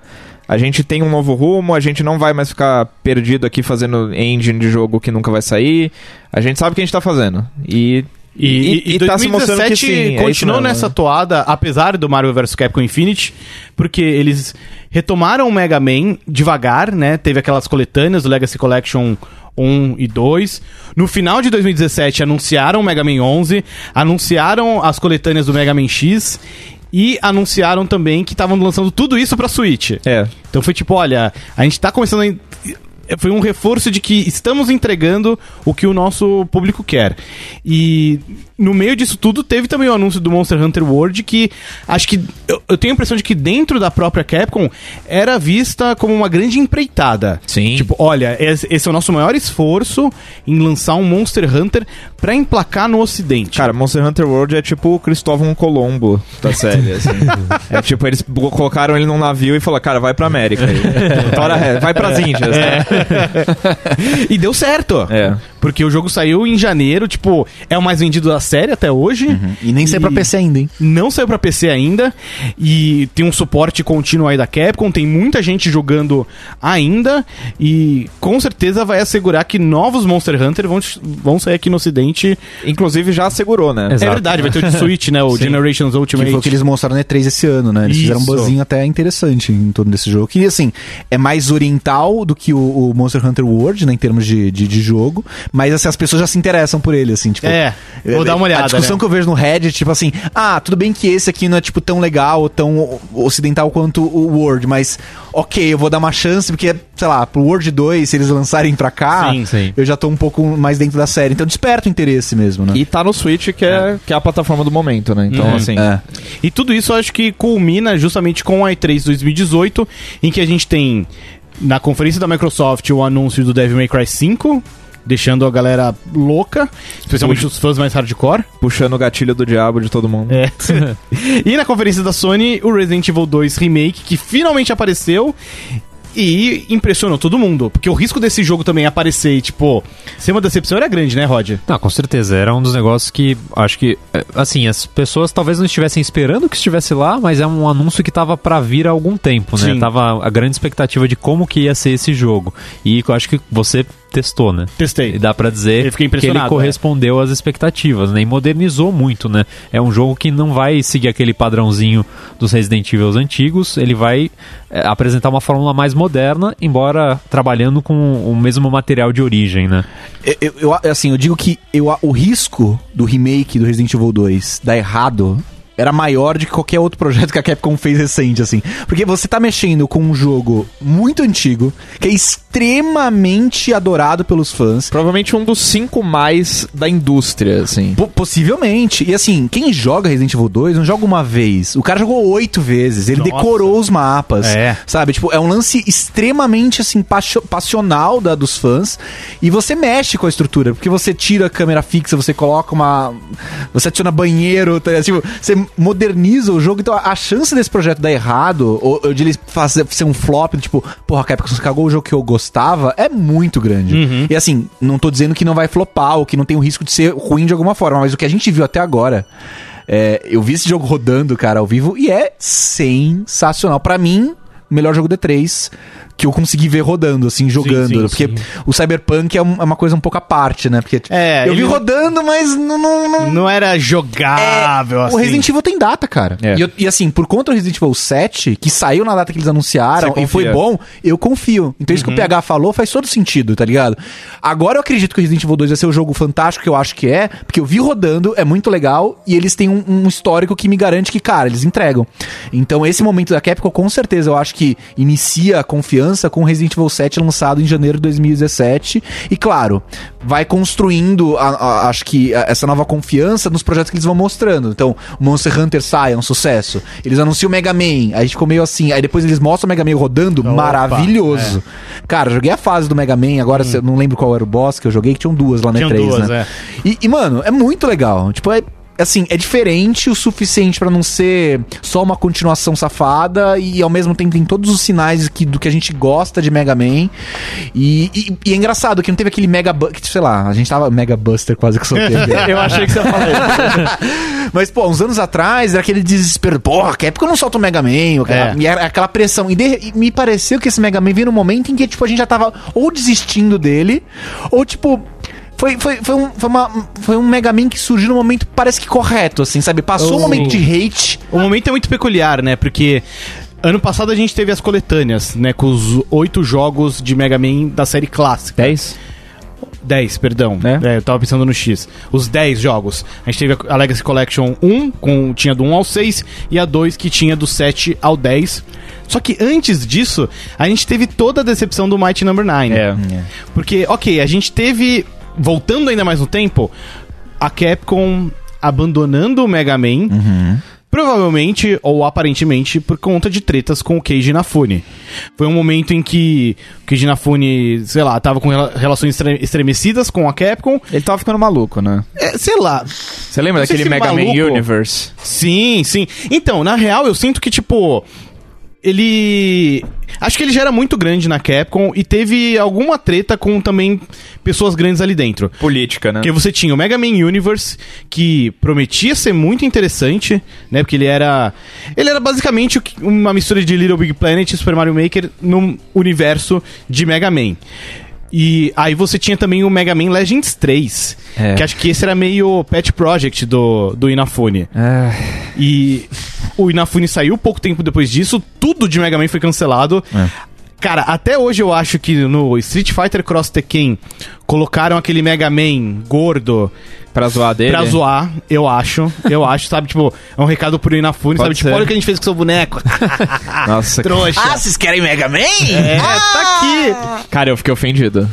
[SPEAKER 2] a gente tem um novo rumo, a gente não vai mais ficar perdido aqui fazendo engine de jogo que nunca vai sair. A gente sabe o que a gente tá fazendo. E
[SPEAKER 1] E, e,
[SPEAKER 2] E tá se mostrando que
[SPEAKER 1] 2017
[SPEAKER 2] sim, é isso
[SPEAKER 1] continuou
[SPEAKER 2] mesmo,
[SPEAKER 1] nessa
[SPEAKER 2] né?
[SPEAKER 1] toada, apesar do Mario vs Capcom Infinite, porque eles retomaram o Mega Man devagar, né? Teve aquelas coletâneas, o Legacy Collection 1 e 2. No final de 2017 anunciaram o Mega Man 11, anunciaram as coletâneas do Mega Man X e anunciaram também que estavam lançando tudo isso pra Switch.
[SPEAKER 2] é,
[SPEAKER 1] Então foi tipo, olha, a gente tá começando a. en- Foi um reforço de que estamos entregando o que o nosso público quer. E no meio disso tudo, teve também o anúncio do Monster Hunter World, que acho que. Eu, eu tenho a impressão de que dentro da própria Capcom era vista como uma grande empreitada.
[SPEAKER 2] Sim.
[SPEAKER 1] Tipo, olha, esse, esse é o nosso maior esforço em lançar um Monster Hunter pra emplacar no ocidente.
[SPEAKER 2] cara, Monster Hunter World é tipo o Cristóvão Colombo da
[SPEAKER 1] [laughs]
[SPEAKER 2] série, assim. é tipo, eles bo- colocaram ele num navio e falaram, cara, vai pra
[SPEAKER 1] [laughs]
[SPEAKER 2] América. aí." Tora ré, vai pras Índias, né?
[SPEAKER 1] É. E deu certo.
[SPEAKER 2] É.
[SPEAKER 1] Porque o jogo saiu em janeiro, tipo, é o mais vendido da série até hoje.
[SPEAKER 4] Uhum. E nem sei pra PC ainda, hein?
[SPEAKER 1] Não saiu pra PC ainda e tem um suporte contínuo aí da Capcom, tem muita gente jogando ainda e com certeza vai assegurar que novos Monster Hunter vão, vão sair aqui no ocidente.
[SPEAKER 2] Inclusive já assegurou, né?
[SPEAKER 3] Exato.
[SPEAKER 1] É verdade, vai ter o de Switch, né,
[SPEAKER 4] [laughs]
[SPEAKER 1] o Generations
[SPEAKER 4] Que foi Tipo, o que
[SPEAKER 1] Ultimate.
[SPEAKER 4] eles mostraram na E3 esse ano, né? Eles fizeram um
[SPEAKER 1] Isso.
[SPEAKER 4] buzzinho até interessante em torno desse jogo. Que, assim, é mais oriental do que o, o Monster Hunter World, né? Em termos de, de, de jogo. Mas, assim, as pessoas já se interessam por ele, assim. Tipo,
[SPEAKER 1] É, vou dar uma olhada,
[SPEAKER 4] A discussão
[SPEAKER 1] né?
[SPEAKER 4] que eu vejo no Reddit, tipo assim... Ah, tudo bem que esse aqui não é, tipo, tão legal ou tão ocidental quanto o World. Mas, ok, eu vou dar uma chance. Porque, sei lá, pro World 2, se eles lançarem pra cá...
[SPEAKER 1] Sim,
[SPEAKER 3] sim.
[SPEAKER 4] Eu já tô um pouco mais dentro da série. Então, desperta o interesse mesmo, né?
[SPEAKER 2] E tá no Switch, que é, que é a plataforma do momento, né? Então,
[SPEAKER 1] Uhum.
[SPEAKER 2] assim.
[SPEAKER 4] É.
[SPEAKER 1] E tudo isso eu acho que culmina justamente com a E3 2018, em que a gente tem na conferência da Microsoft o anúncio do Devil May Cry 5, deixando a galera louca, especialmente os fãs mais hardcore.
[SPEAKER 2] puxando o gatilho do diabo de todo mundo.
[SPEAKER 1] É. [laughs] e na conferência da Sony, o Resident Evil 2 Remake, que finalmente apareceu e impressionou todo mundo. Porque o risco desse jogo também aparecer e, tipo, ser uma decepção era grande, né, Rod?
[SPEAKER 3] Não, com certeza. Era um dos negócios que acho que, é, assim, as pessoas talvez não estivessem esperando que estivesse lá, mas é um anúncio que tava pra vir há algum tempo, né?
[SPEAKER 1] Sim.
[SPEAKER 3] Tava a grande expectativa de como que ia ser esse jogo. E eu acho que você testou, né? E
[SPEAKER 1] Testei.
[SPEAKER 3] dá pra dizer
[SPEAKER 1] Eu fiquei
[SPEAKER 3] que ele
[SPEAKER 1] impressionado, é.
[SPEAKER 3] correspondeu às expectativas, né? E modernizou muito, né? É um jogo que não vai seguir aquele padrãozinho dos Resident Evil antigos, ele vai é, apresentar uma fórmula mais moderna, embora trabalhando com o mesmo material de origem, né?
[SPEAKER 4] Eu, eu- eu, assim, eu digo que eu, o risco do remake do Resident Evil 2 dar errado era maior do que qualquer outro projeto que a Capcom fez recente, assim. Porque você tá mexendo com um jogo muito antigo, que é extremamente adorado pelos fãs.
[SPEAKER 2] Provavelmente um dos cinco mais da indústria, assim.
[SPEAKER 4] Po- possivelmente. E assim, quem joga Resident Evil 2 não joga uma vez. O cara jogou oito vezes. Ele
[SPEAKER 1] Nossa.
[SPEAKER 4] decorou os mapas.
[SPEAKER 3] É.
[SPEAKER 4] Sabe? Tipo, é um lance extremamente, assim, paixo- passional da, dos fãs. E você mexe com a estrutura. Porque você tira a câmera fixa, você coloca uma... Você adiciona banheiro. Tá, ligado? tipo, você moderniza o jogo. Então, a a chance desse projeto dar errado, ou, ou de ele fazer, ser um flop, tipo... Porra, Capcom, você cagou o jogo que eu gostava. É muito grande.
[SPEAKER 1] Uhum.
[SPEAKER 4] E assim, não tô dizendo que não vai flopar ou que não tem o risco de ser ruim de alguma forma, mas o que a gente viu até agora. é, eu vi esse jogo rodando, cara, ao vivo, e é sensacional. Pra mim, o melhor jogo D3 que eu consegui ver rodando, assim, jogando.
[SPEAKER 1] sim,
[SPEAKER 4] porque
[SPEAKER 1] sim.
[SPEAKER 4] o Cyberpunk é, um- é uma coisa um pouco à parte, né? Porque tipo,
[SPEAKER 1] É,
[SPEAKER 4] eu vi
[SPEAKER 1] ele-
[SPEAKER 4] rodando, mas não- não- não,
[SPEAKER 1] Não era jogável, assim.
[SPEAKER 4] É, o Resident Evil tem data, cara.
[SPEAKER 2] É.
[SPEAKER 4] E, eu- e assim, por conta do Resident Evil 7, que saiu na data que eles anunciaram
[SPEAKER 2] Você
[SPEAKER 4] e foi
[SPEAKER 2] confia. Uhum.
[SPEAKER 4] bom, eu confio. Então isso que o PH falou faz todo sentido, tá ligado? Agora eu acredito que o Resident Evil 2 vai ser o jogo fantástico que eu acho que é, porque eu vi rodando, é muito legal, e eles têm um, um histórico que me garante que, cara, eles entregam. Então esse momento da Capcom, com certeza, eu acho que inicia a confiança com o Resident Evil 7 lançado em janeiro de 2017. E claro, vai construindo, a- a- acho que, a- essa nova confiança nos projetos que eles vão mostrando. Então, o Monster Hunter sai, é um sucesso. Eles anunciam o Mega Man, aí ficou meio assim. Aí depois eles mostram o Mega Man rodando, maravilhoso.
[SPEAKER 1] é.
[SPEAKER 4] Cara, eu joguei a fase do Mega Man, agora eu não lembro qual era o boss que eu joguei, que tinham duas lá na
[SPEAKER 1] Hum. Tinham
[SPEAKER 4] E3,
[SPEAKER 1] duas,
[SPEAKER 4] né?
[SPEAKER 1] é.
[SPEAKER 4] E, e, mano, é muito legal. Tipo, é. Assim, é diferente o suficiente pra não ser só uma continuação safada e ao mesmo tempo tem todos os sinais que, do que a gente gosta de Mega Man. E, e- e é engraçado que não teve aquele Mega Bu- que Sei lá, a gente tava Mega Buster quase que solteiro.
[SPEAKER 3] Eu achei que você falou.
[SPEAKER 4] [laughs] Mas, pô, uns anos atrás era aquele desespero. Porra, que época eu não solto o Mega Man? ou aquela-
[SPEAKER 1] É.
[SPEAKER 4] E era aquela pressão. E, de- e me pareceu que esse Mega Man veio num momento em que, tipo, a gente já tava ou desistindo dele, ou, tipo... Foi, foi, foi, um, foi, uma- foi um Mega Man que surgiu num momento, parece que correto, assim, sabe? Passou um
[SPEAKER 1] Sim.
[SPEAKER 4] momento de hate.
[SPEAKER 1] O momento é muito peculiar, né? Porque ano passado a gente teve as coletâneas, né? Com os oito jogos de Mega Man da série clássica.
[SPEAKER 2] 10?
[SPEAKER 1] 10, perdão.
[SPEAKER 2] Né?
[SPEAKER 1] É, eu tava pensando no X. Os 10 jogos. A gente teve a Legacy Collection 1, com, tinha do 1 ao 6, e a 2 que tinha do 7 ao 10. Só que antes disso, a gente teve toda a decepção do Mighty Number 9.
[SPEAKER 2] É.
[SPEAKER 1] Porque, ok, a gente teve, voltando ainda mais no tempo, a Capcom abandonando o Mega Man.
[SPEAKER 2] Uhum.
[SPEAKER 1] Provavelmente ou aparentemente por conta de tretas com o Keiji Inafune. Foi um momento em que o Keiji Inafune, sei lá, tava com rela- relações estre- estremecidas com a Capcom.
[SPEAKER 2] Ele tava ficando maluco, né?
[SPEAKER 1] É, sei lá.
[SPEAKER 2] Você lembra
[SPEAKER 1] Não sei
[SPEAKER 2] daquele
[SPEAKER 1] se
[SPEAKER 2] Mega Man
[SPEAKER 1] maluco.
[SPEAKER 2] Universe?
[SPEAKER 1] Sim, sim. Então, na real, eu sinto que, tipo. Ele. Acho que ele já era muito grande na Capcom e teve alguma treta com também pessoas grandes ali dentro.
[SPEAKER 2] Política, né?
[SPEAKER 1] Porque você tinha o Mega Man Universe, que prometia ser muito interessante, né? Porque ele era. Ele era basicamente o que- uma mistura de Little Big Planet e Super Mario Maker num universo de Mega Man. E aí você tinha também o Mega Man Legends 3.
[SPEAKER 2] É.
[SPEAKER 1] Que acho que esse era meio pet project do, do Inafune.
[SPEAKER 2] É.
[SPEAKER 1] E o Inafune saiu pouco tempo depois disso, tudo de Mega Man foi cancelado. Cara, até hoje eu acho que no Street Fighter Cross Tekken colocaram aquele Mega Man gordo
[SPEAKER 2] Pra zoar dele?
[SPEAKER 1] pra zoar, eu acho. Eu acho, sabe? Tipo, é um recado pro Inafune,
[SPEAKER 2] Pode
[SPEAKER 1] sabe?
[SPEAKER 2] ser.
[SPEAKER 1] Tipo, olha o que a gente fez com seu boneco.
[SPEAKER 2] Nossa,
[SPEAKER 1] Trouxa.
[SPEAKER 4] vocês querem Mega Man?
[SPEAKER 1] é, tá aqui.
[SPEAKER 2] [laughs] cara, eu fiquei ofendido.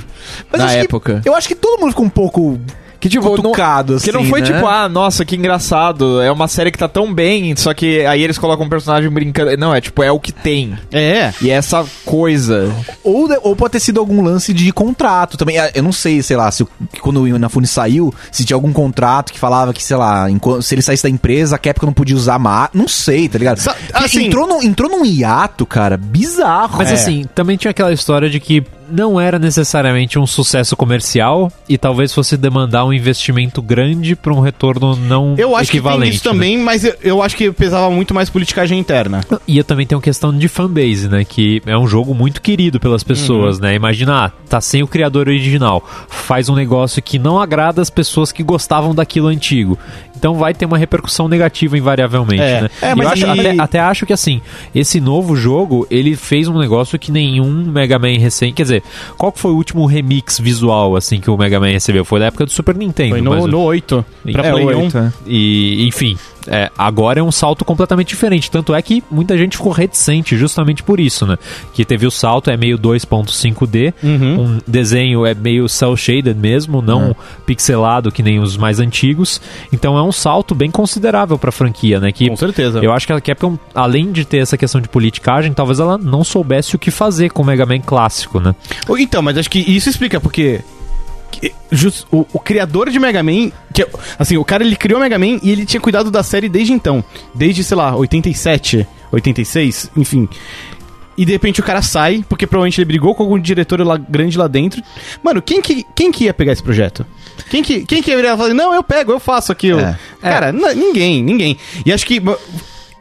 [SPEAKER 2] na
[SPEAKER 4] acho que-
[SPEAKER 2] época.
[SPEAKER 4] eu acho que todo mundo ficou um pouco
[SPEAKER 2] Que tipo,
[SPEAKER 4] cutucado,
[SPEAKER 2] não,
[SPEAKER 4] assim,
[SPEAKER 2] Que não foi
[SPEAKER 4] né?
[SPEAKER 2] tipo, ah, nossa, que engraçado. É uma série que tá tão bem, só que aí eles colocam um personagem brincando. Não, é tipo, é o que tem.
[SPEAKER 1] É.
[SPEAKER 2] E essa coisa.
[SPEAKER 4] Ou, ou pode ter sido algum lance de contrato também. Ah, Eu não sei, sei lá, se o- quando o Inafune saiu, se tinha algum contrato que falava que, sei lá, enqu- se ele saísse da empresa, a Capcom não podia usar mais. Não sei, tá ligado?
[SPEAKER 1] Sa-
[SPEAKER 4] Porque
[SPEAKER 1] assim-
[SPEAKER 4] entrou, num, entrou num hiato, cara, bizarro.
[SPEAKER 3] Mas
[SPEAKER 4] É.
[SPEAKER 3] assim, também tinha aquela história de que não era necessariamente um sucesso comercial e talvez fosse demandar um investimento grande pra um retorno não
[SPEAKER 1] Eu acho que tem
[SPEAKER 3] equivalente.
[SPEAKER 1] isso
[SPEAKER 3] né?
[SPEAKER 1] também, mas eu, eu acho que pesava muito mais politicagem interna.
[SPEAKER 3] E eu também tem uma questão de fanbase, né? Que é um jogo muito querido pelas pessoas,
[SPEAKER 1] Uhum.
[SPEAKER 3] né? Imagina, ah, tá sem o criador original, faz um negócio que não agrada as pessoas que gostavam daquilo antigo. Então vai ter uma repercussão negativa invariavelmente,
[SPEAKER 1] É.
[SPEAKER 3] né?
[SPEAKER 1] É,
[SPEAKER 3] E
[SPEAKER 1] mas
[SPEAKER 3] eu acho-
[SPEAKER 1] aí-
[SPEAKER 3] até, até acho que assim, esse novo jogo, ele fez um negócio que nenhum Mega Man recém, quer dizer, qual que foi o último remix visual assim que o Mega Man recebeu? Foi da época do Super Nintendo,
[SPEAKER 1] Foi no,
[SPEAKER 3] mas-
[SPEAKER 1] no 8, pra
[SPEAKER 3] É,
[SPEAKER 1] Play 1.
[SPEAKER 2] oito, é.
[SPEAKER 3] e enfim, é, agora é um salto completamente diferente. Tanto é que muita gente ficou reticente justamente por isso, né? Que teve o salto, é meio 2.5D,
[SPEAKER 1] Hum?
[SPEAKER 3] um desenho é meio cel-shaded mesmo, não pixelado que nem os mais antigos. Então é um salto bem considerável pra franquia, né? Que
[SPEAKER 1] Com certeza.
[SPEAKER 3] eu acho que a Capcom, além de ter essa questão de politicagem, talvez ela não soubesse o que fazer com o Mega Man clássico, né?
[SPEAKER 1] Ou Então, mas acho que isso explica, porque que- jus- o, o criador de Mega Man, que é- assim, o cara ele criou Mega Man e ele tinha cuidado da série desde então, desde, sei lá, 87, 86, enfim. E de repente o cara sai, porque provavelmente ele brigou com algum diretor lá, grande lá dentro. Mano, quem que, quem que ia pegar esse projeto? Quem que, quem que ia virar e falar, assim, não, eu pego, eu faço aquilo.
[SPEAKER 4] É.
[SPEAKER 1] Cara, n- ninguém, ninguém. E acho que b-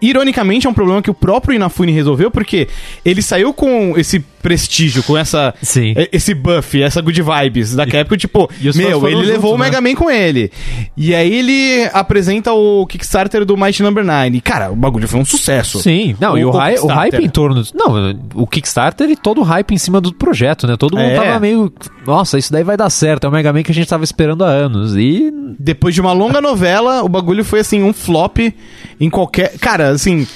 [SPEAKER 1] ironicamente é um problema que o próprio Inafune resolveu, porque ele saiu com esse prestígio, com essa
[SPEAKER 3] Sim.
[SPEAKER 1] e- esse buff, essa good vibes da Capcom, tipo,
[SPEAKER 3] e os fãs
[SPEAKER 1] meu,
[SPEAKER 3] foram
[SPEAKER 1] ele
[SPEAKER 3] junto,
[SPEAKER 1] levou o
[SPEAKER 3] né?
[SPEAKER 1] Mega Man com ele. E aí ele apresenta o Kickstarter do Mighty Number 9. E, cara, o bagulho foi um sucesso.
[SPEAKER 3] Sim, não,
[SPEAKER 1] O-
[SPEAKER 3] e o,
[SPEAKER 1] o
[SPEAKER 3] hy- o
[SPEAKER 1] Kickstarter.
[SPEAKER 3] hype em torno. Não, o Kickstarter e todo o hype em cima do projeto, né? Todo mundo
[SPEAKER 1] É.
[SPEAKER 3] tava meio. Nossa, isso daí vai dar certo. É o Mega Man que a gente tava esperando há anos. E.
[SPEAKER 1] Depois de uma longa novela, o bagulho foi assim, um flop em qualquer. Cara, assim,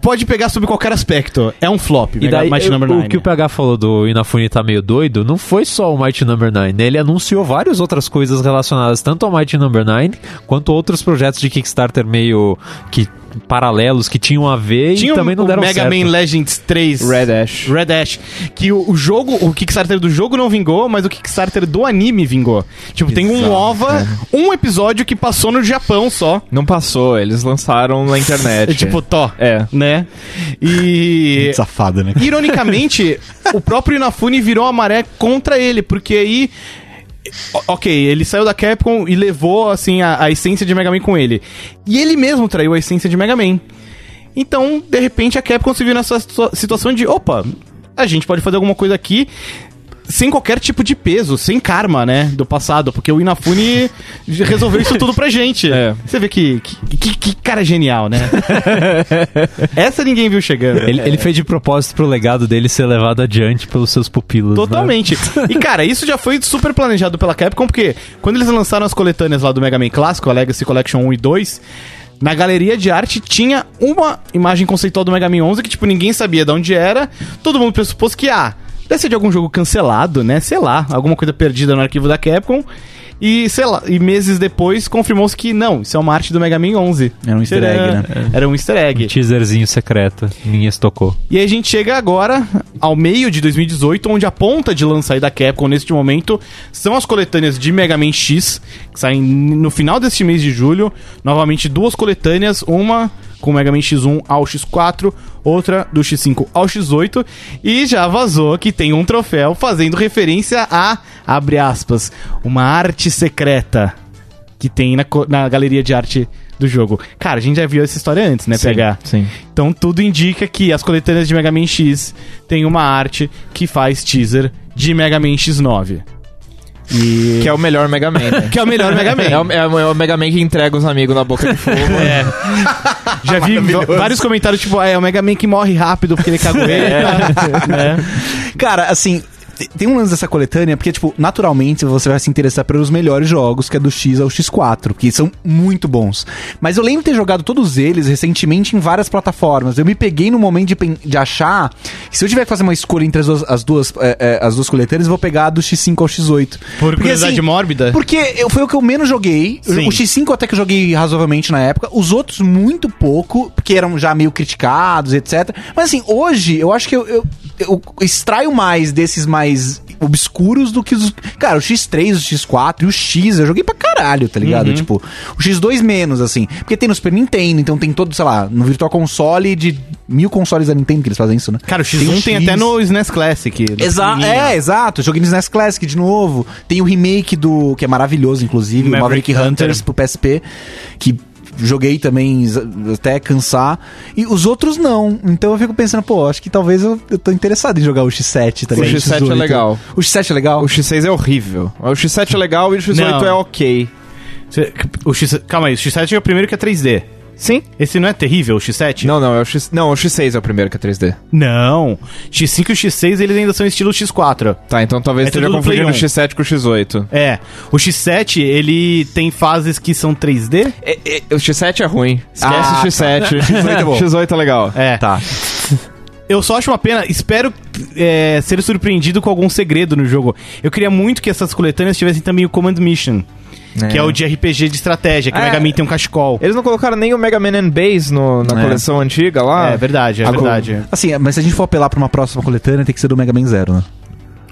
[SPEAKER 1] pode pegar sobre qualquer aspecto. É um flop,
[SPEAKER 3] E
[SPEAKER 1] Mega-
[SPEAKER 3] daí,
[SPEAKER 1] Mighty
[SPEAKER 3] eu-
[SPEAKER 1] Number é.
[SPEAKER 3] o
[SPEAKER 1] 9.
[SPEAKER 3] que o PH falou do Inafune tá meio doido, não foi só o Mighty Number 9, né? Ele anunciou várias outras coisas relacionadas tanto ao Mighty Number 9, quanto outros projetos de Kickstarter meio que paralelos que tinham a ver
[SPEAKER 1] Tinha um
[SPEAKER 3] e também não
[SPEAKER 1] o
[SPEAKER 3] deram
[SPEAKER 1] Mega
[SPEAKER 3] certo.
[SPEAKER 1] Man Legends 3
[SPEAKER 2] Red Ash.
[SPEAKER 1] Red Ash. Que o, o jogo, o Kickstarter do jogo não vingou, mas o Kickstarter do anime vingou. Tipo, tem um
[SPEAKER 2] Bizarro,
[SPEAKER 1] OVA, um episódio que passou no Japão só.
[SPEAKER 2] Não passou, eles lançaram na internet.
[SPEAKER 1] [laughs] É tipo, tó.
[SPEAKER 2] É.
[SPEAKER 1] Né? E.
[SPEAKER 4] Safado, né?
[SPEAKER 1] Ironicamente, o próprio Inafune virou a maré contra ele, porque aí. o- Ok, ele saiu da Capcom e levou, assim, a, a essência de Mega Man com ele. E ele mesmo traiu a essência de Mega Man. Então, de repente, a Capcom se viu nessa situa- situação de: opa, a gente pode fazer alguma coisa aqui. Sem qualquer tipo de peso, sem karma, né? Do passado, porque o Inafune resolveu isso tudo pra gente.
[SPEAKER 2] É.
[SPEAKER 1] Você vê que, que, que- que cara genial, né? Essa ninguém viu chegando.
[SPEAKER 3] Ele, ele fez de propósito pro legado dele ser levado adiante pelos seus pupilos. né?
[SPEAKER 1] Totalmente.
[SPEAKER 4] [laughs]
[SPEAKER 1] E, cara, isso já foi super planejado pela Capcom, porque quando eles lançaram as coletâneas lá do Mega Man Clássico, a Legacy Collection 1 e 2, na galeria de arte tinha uma imagem conceitual do Mega Man 11 que, tipo, ninguém sabia de onde era. Todo mundo pressupôs que, ah, deve ser de algum jogo cancelado, né? Sei lá, alguma coisa perdida no arquivo da Capcom. E, sei lá, e meses depois confirmou-se que não, isso é uma arte do Mega Man 11.
[SPEAKER 4] Era um easter egg,
[SPEAKER 1] Tcharam! Era um easter egg.
[SPEAKER 3] Teaserzinho secreto. Ninguém estocou.
[SPEAKER 1] E aí a gente chega agora ao meio de 2018, onde a ponta de lança aí da Capcom neste momento são as coletâneas de Mega Man X, que saem no final deste mês de julho. Novamente duas coletâneas, uma com Mega Man X1 ao X4, outra do X5 ao X8, e já vazou que tem um troféu fazendo referência a, abre aspas, uma arte secreta que tem na, co- na galeria de arte do jogo. Cara, a gente já viu essa história antes, né, PH?
[SPEAKER 2] Sim.
[SPEAKER 1] Então tudo indica que as coletâneas de Mega Man X tem uma arte que faz teaser de Mega Man X9. E...
[SPEAKER 2] Que é o melhor Mega Man,
[SPEAKER 1] [laughs]
[SPEAKER 2] né?
[SPEAKER 1] Que é o melhor Mega Man.
[SPEAKER 2] É o, é o- é o Mega Man que entrega os amigos na boca de fogo.
[SPEAKER 1] [laughs] É. Já vi va- vários comentários tipo, ah, é o Mega Man que morre rápido porque ele cagou [laughs] ele. É.
[SPEAKER 4] Cara, assim. te- Tem um lance dessa coletânea, porque, tipo, naturalmente você vai se interessar pelos melhores jogos, que é do X ao X4, que são muito bons. Mas eu lembro de ter jogado todos eles recentemente em várias plataformas. Eu me peguei no momento de, pen- de achar que se eu tiver que fazer uma escolha entre as duas, as duas, é, é, as duas coletâneas, eu vou pegar a do X5 ao X8.
[SPEAKER 1] assim, Por curiosidade
[SPEAKER 4] assim,
[SPEAKER 1] mórbida.
[SPEAKER 4] Porque eu, foi o que eu menos joguei.
[SPEAKER 1] Sim.
[SPEAKER 4] O X5 eu até que joguei razoavelmente na época. Os outros, muito pouco, porque eram já meio criticados, etc. Mas assim, hoje eu acho que eu, eu, eu extraio mais desses mais obscuros do que os. Cara, o X3, o X4 e o X eu joguei pra caralho, tá ligado?
[SPEAKER 1] Uhum.
[SPEAKER 4] Tipo, o X2 menos, assim. Porque tem no Super Nintendo, então tem todo, sei lá, no Virtual Console de mil consoles da Nintendo que eles fazem isso, né?
[SPEAKER 1] Cara, o X1 tem, um
[SPEAKER 4] X.
[SPEAKER 1] até no SNES Classic. do
[SPEAKER 4] Exato,
[SPEAKER 1] pequenininho.
[SPEAKER 4] é, exato. Joguei no SNES Classic de novo. Tem o remake do. que é maravilhoso, inclusive,
[SPEAKER 1] Maverick
[SPEAKER 4] Maverick, Hunters
[SPEAKER 1] Hunter.
[SPEAKER 4] pro PSP, que joguei também z- até cansar. E os outros não. Então eu fico pensando, pô, acho que talvez eu, eu tô interessado em jogar o X7, tá
[SPEAKER 2] O
[SPEAKER 4] ligado?
[SPEAKER 2] X7 é legal.
[SPEAKER 4] O X7 é legal?
[SPEAKER 2] O X6 é horrível. O X7 é legal e o X8
[SPEAKER 1] Não.
[SPEAKER 2] é ok.
[SPEAKER 1] Cê- O X, calma aí, o X7 é o primeiro que é 3D.
[SPEAKER 2] Sim.
[SPEAKER 1] Esse não é terrível, o X7?
[SPEAKER 2] Não, não, é o X... Não, o X6 é o primeiro que é 3D.
[SPEAKER 1] Não. X5 e o X6 eles ainda são estilo X4.
[SPEAKER 2] Tá, então talvez
[SPEAKER 1] É
[SPEAKER 2] esteja
[SPEAKER 1] tudo do Play
[SPEAKER 2] confundindo o
[SPEAKER 1] um.
[SPEAKER 2] X7 com o X8.
[SPEAKER 1] É. O X7, ele tem fases que são 3D.
[SPEAKER 2] É, é, o X7 é ruim. Esquece
[SPEAKER 4] Ah,
[SPEAKER 2] o X7. [laughs]
[SPEAKER 4] X8 é bom.
[SPEAKER 2] X8 é legal.
[SPEAKER 1] É.
[SPEAKER 4] Tá.
[SPEAKER 1] Eu só acho uma pena. Espero é, ser surpreendido com algum segredo no jogo. Eu queria muito que essas coletâneas tivessem também o Command Mission. Que é o de RPG de estratégia, que o
[SPEAKER 2] É.
[SPEAKER 1] Mega Man tem um cachecol.
[SPEAKER 2] Eles não colocaram nem o Mega Man and Base no- na
[SPEAKER 4] É.
[SPEAKER 2] coleção antiga lá.
[SPEAKER 1] é verdade, é
[SPEAKER 2] a co-
[SPEAKER 1] verdade.
[SPEAKER 4] Assim, mas se a gente for apelar pra uma próxima coletânea, tem que ser do Mega Man Zero, né?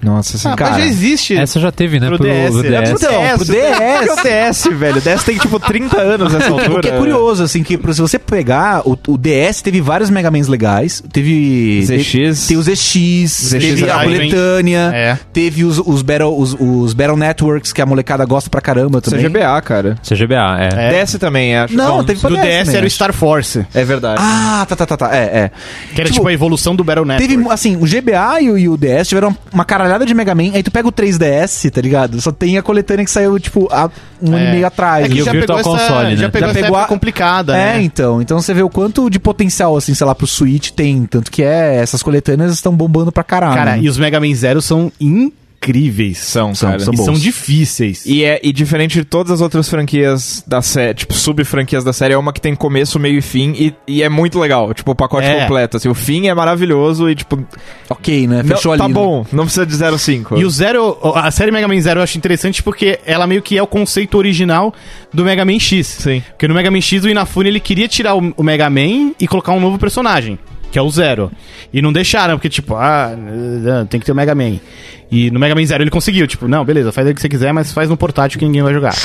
[SPEAKER 2] Nossa, assim,
[SPEAKER 1] Ah,
[SPEAKER 2] cara.
[SPEAKER 1] mas já existe.
[SPEAKER 3] Essa já teve, né?
[SPEAKER 1] Pro DS.
[SPEAKER 3] pro
[SPEAKER 1] É pro
[SPEAKER 3] DS.
[SPEAKER 4] Então,
[SPEAKER 1] DS.
[SPEAKER 2] pro DS. Pro DS, velho. é O DS tem tipo 30
[SPEAKER 1] [laughs]
[SPEAKER 2] anos nessa
[SPEAKER 4] [laughs]
[SPEAKER 2] altura.
[SPEAKER 4] Porque é curioso, assim, que se você pegar, o, o DS teve vários Mega Mans legais. Teve.
[SPEAKER 2] ZX.
[SPEAKER 4] Tem o ZX, teve
[SPEAKER 1] era
[SPEAKER 4] a
[SPEAKER 1] bem-
[SPEAKER 4] coletânea,
[SPEAKER 1] É.
[SPEAKER 4] teve os, os, battle, os, os Battle Networks, que a molecada gosta pra
[SPEAKER 2] é
[SPEAKER 4] caramba também.
[SPEAKER 2] CGBA, cara.
[SPEAKER 3] CGBA, é.
[SPEAKER 1] É.
[SPEAKER 2] DS também, acho.
[SPEAKER 4] Não,
[SPEAKER 2] Bom,
[SPEAKER 4] teve pra
[SPEAKER 1] Do DS
[SPEAKER 4] também,
[SPEAKER 1] era o
[SPEAKER 4] acho.
[SPEAKER 1] Star Force.
[SPEAKER 2] É verdade.
[SPEAKER 4] Ah, tá, tá, tá, tá. É, é.
[SPEAKER 1] Que era
[SPEAKER 4] Tipo,
[SPEAKER 1] tipo, a evolução do Battle Network.
[SPEAKER 4] Teve, assim, o GBA e o, e o DS tiveram uma caralhada de Mega Man, aí tu pega o 3DS, tá ligado? Só tem a coletânea que saiu, tipo, há um ano
[SPEAKER 1] É.
[SPEAKER 4] e meio atrás.
[SPEAKER 1] É que
[SPEAKER 3] E o
[SPEAKER 1] já
[SPEAKER 3] Virtual
[SPEAKER 1] pegou essa,
[SPEAKER 3] Console,
[SPEAKER 1] já
[SPEAKER 3] né?
[SPEAKER 1] pegou
[SPEAKER 4] Já
[SPEAKER 1] essa
[SPEAKER 4] pegou
[SPEAKER 1] época
[SPEAKER 4] a-
[SPEAKER 1] complicada,
[SPEAKER 4] É,
[SPEAKER 1] né?
[SPEAKER 4] então. Então você vê o quanto de potencial, assim, sei lá, pro Switch tem. Tanto que é, essas coletâneas estão bombando pra caralho.
[SPEAKER 1] Cara, e os Mega Man Zero são incríveis.
[SPEAKER 2] São,
[SPEAKER 4] então. são-
[SPEAKER 2] cara.
[SPEAKER 4] são
[SPEAKER 1] e
[SPEAKER 4] bons.
[SPEAKER 1] são difíceis.
[SPEAKER 2] E, é, e diferente de todas as outras franquias da série, tipo, sub-franquias da série, é uma que tem começo, meio e fim, e, e é muito legal. Tipo, o pacote
[SPEAKER 1] É.
[SPEAKER 2] completo. Assim, o fim é maravilhoso e, tipo,
[SPEAKER 4] ok, né? Fechou
[SPEAKER 2] não-
[SPEAKER 4] ali.
[SPEAKER 2] tá
[SPEAKER 4] né?
[SPEAKER 2] bom, não precisa de 05.
[SPEAKER 1] E o Zero, a série Mega Man Zero eu acho interessante porque ela meio que é o conceito original do Mega Man X.
[SPEAKER 2] Sim.
[SPEAKER 1] Porque no Mega Man X o Inafune ele queria tirar o, o Mega Man e colocar um novo personagem, que é o Zero. E não deixaram, porque tipo, ah, eh, tem que ter o Mega Man. E no Mega Man Zero ele conseguiu, tipo, não, beleza, faz aí o que você quiser, mas faz no portátil que ninguém vai
[SPEAKER 2] [laughs]
[SPEAKER 1] jogar.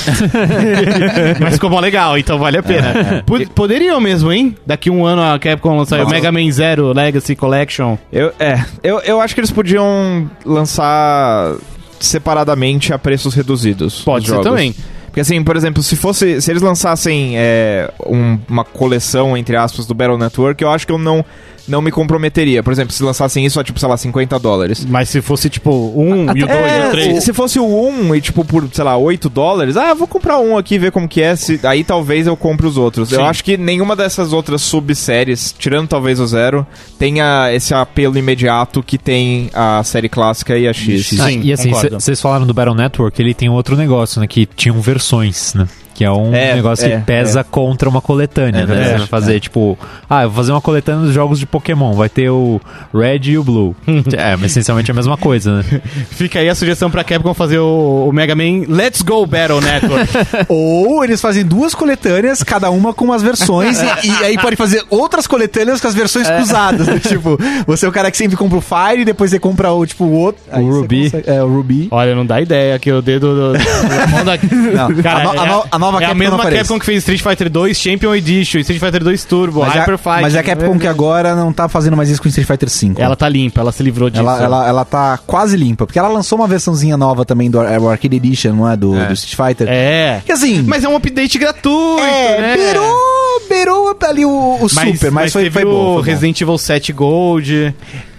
[SPEAKER 1] mas ficou mó legal, então vale a
[SPEAKER 2] É,
[SPEAKER 1] pena. Pod- poderiam mesmo, hein? Daqui um ano a Capcom lançar o
[SPEAKER 2] Nossa.
[SPEAKER 1] Mega Man Zero Legacy Collection.
[SPEAKER 2] Eu, é, eu, eu acho que eles podiam lançar separadamente a preços reduzidos.
[SPEAKER 1] Pode
[SPEAKER 2] os
[SPEAKER 1] ser
[SPEAKER 2] jogos.
[SPEAKER 1] também.
[SPEAKER 2] Porque assim, por exemplo, se fosse. Se eles lançassem é, um- uma coleção, entre aspas, do Battle Network, eu acho que eu não, não me comprometeria. Por exemplo, se lançassem isso a, tipo, sei lá, 50 dólares.
[SPEAKER 1] Mas se fosse tipo um e o dois e o três.
[SPEAKER 2] É, se, se fosse o 1 e, tipo, por, sei lá, 8 dólares, ah, eu vou comprar um aqui e ver como que é, se, aí talvez eu compre os outros. Eu
[SPEAKER 1] Sim.
[SPEAKER 2] acho que nenhuma dessas outras subséries, tirando talvez o Zero, tenha esse apelo imediato que tem a série clássica e a X.
[SPEAKER 1] Sim,
[SPEAKER 3] Ah, e assim,
[SPEAKER 1] concordo.
[SPEAKER 3] vocês falaram do Battle Network, ele tem um outro negócio, né? Que tinham versões, né? Que é um
[SPEAKER 2] É,
[SPEAKER 3] negócio
[SPEAKER 2] é,
[SPEAKER 3] que pesa contra uma coletânea, né?
[SPEAKER 2] verdade,
[SPEAKER 3] Você vai fazer, tipo, ah, eu vou fazer uma coletânea dos jogos de Pokémon, vai ter o Red e o Blue. é, mas essencialmente é a mesma coisa, né?
[SPEAKER 1] Fica aí a sugestão pra Capcom fazer o, o Mega Man Let's Go Battle Network.
[SPEAKER 4] Ou eles fazem duas coletâneas, cada uma com umas versões, e, e aí pode fazer outras coletâneas com as versões cruzadas. né? Tipo, você é o cara que sempre compra o Fire, depois você compra o, tipo, o outro. aí você
[SPEAKER 3] Ruby.
[SPEAKER 4] consegue- é, o
[SPEAKER 1] [laughs]
[SPEAKER 4] Ruby.
[SPEAKER 1] Olha, não dá ideia que o dedo do, da mão da...
[SPEAKER 4] [laughs] Não,
[SPEAKER 1] Cara,
[SPEAKER 4] a no- a
[SPEAKER 1] é- é
[SPEAKER 4] no- a nova
[SPEAKER 1] a
[SPEAKER 4] Capcom não
[SPEAKER 1] mesma
[SPEAKER 4] aparece.
[SPEAKER 1] Capcom que fez Street Fighter 2 Champion Edition, Street Fighter 2 Turbo,
[SPEAKER 4] Mas,
[SPEAKER 1] Hyper
[SPEAKER 4] a,
[SPEAKER 1] Fight.
[SPEAKER 4] mas é a Capcom que agora não tá fazendo mais isso com Street Fighter V.
[SPEAKER 1] Ela tá limpa, ela se livrou disso.
[SPEAKER 4] Ela, ela, ela tá quase limpa, porque ela lançou uma versãozinha nova também do Ar- Arcade Edition, não é? Do, do Street Fighter.
[SPEAKER 1] É.
[SPEAKER 4] Que assim.
[SPEAKER 1] Mas é um update gratuito,
[SPEAKER 4] é,
[SPEAKER 1] né?
[SPEAKER 4] beirou, beirou ali o, o Super, mas, foi,
[SPEAKER 1] teve
[SPEAKER 4] foi
[SPEAKER 1] o
[SPEAKER 4] bom. foi bom.
[SPEAKER 1] Resident Evil 7 Gold,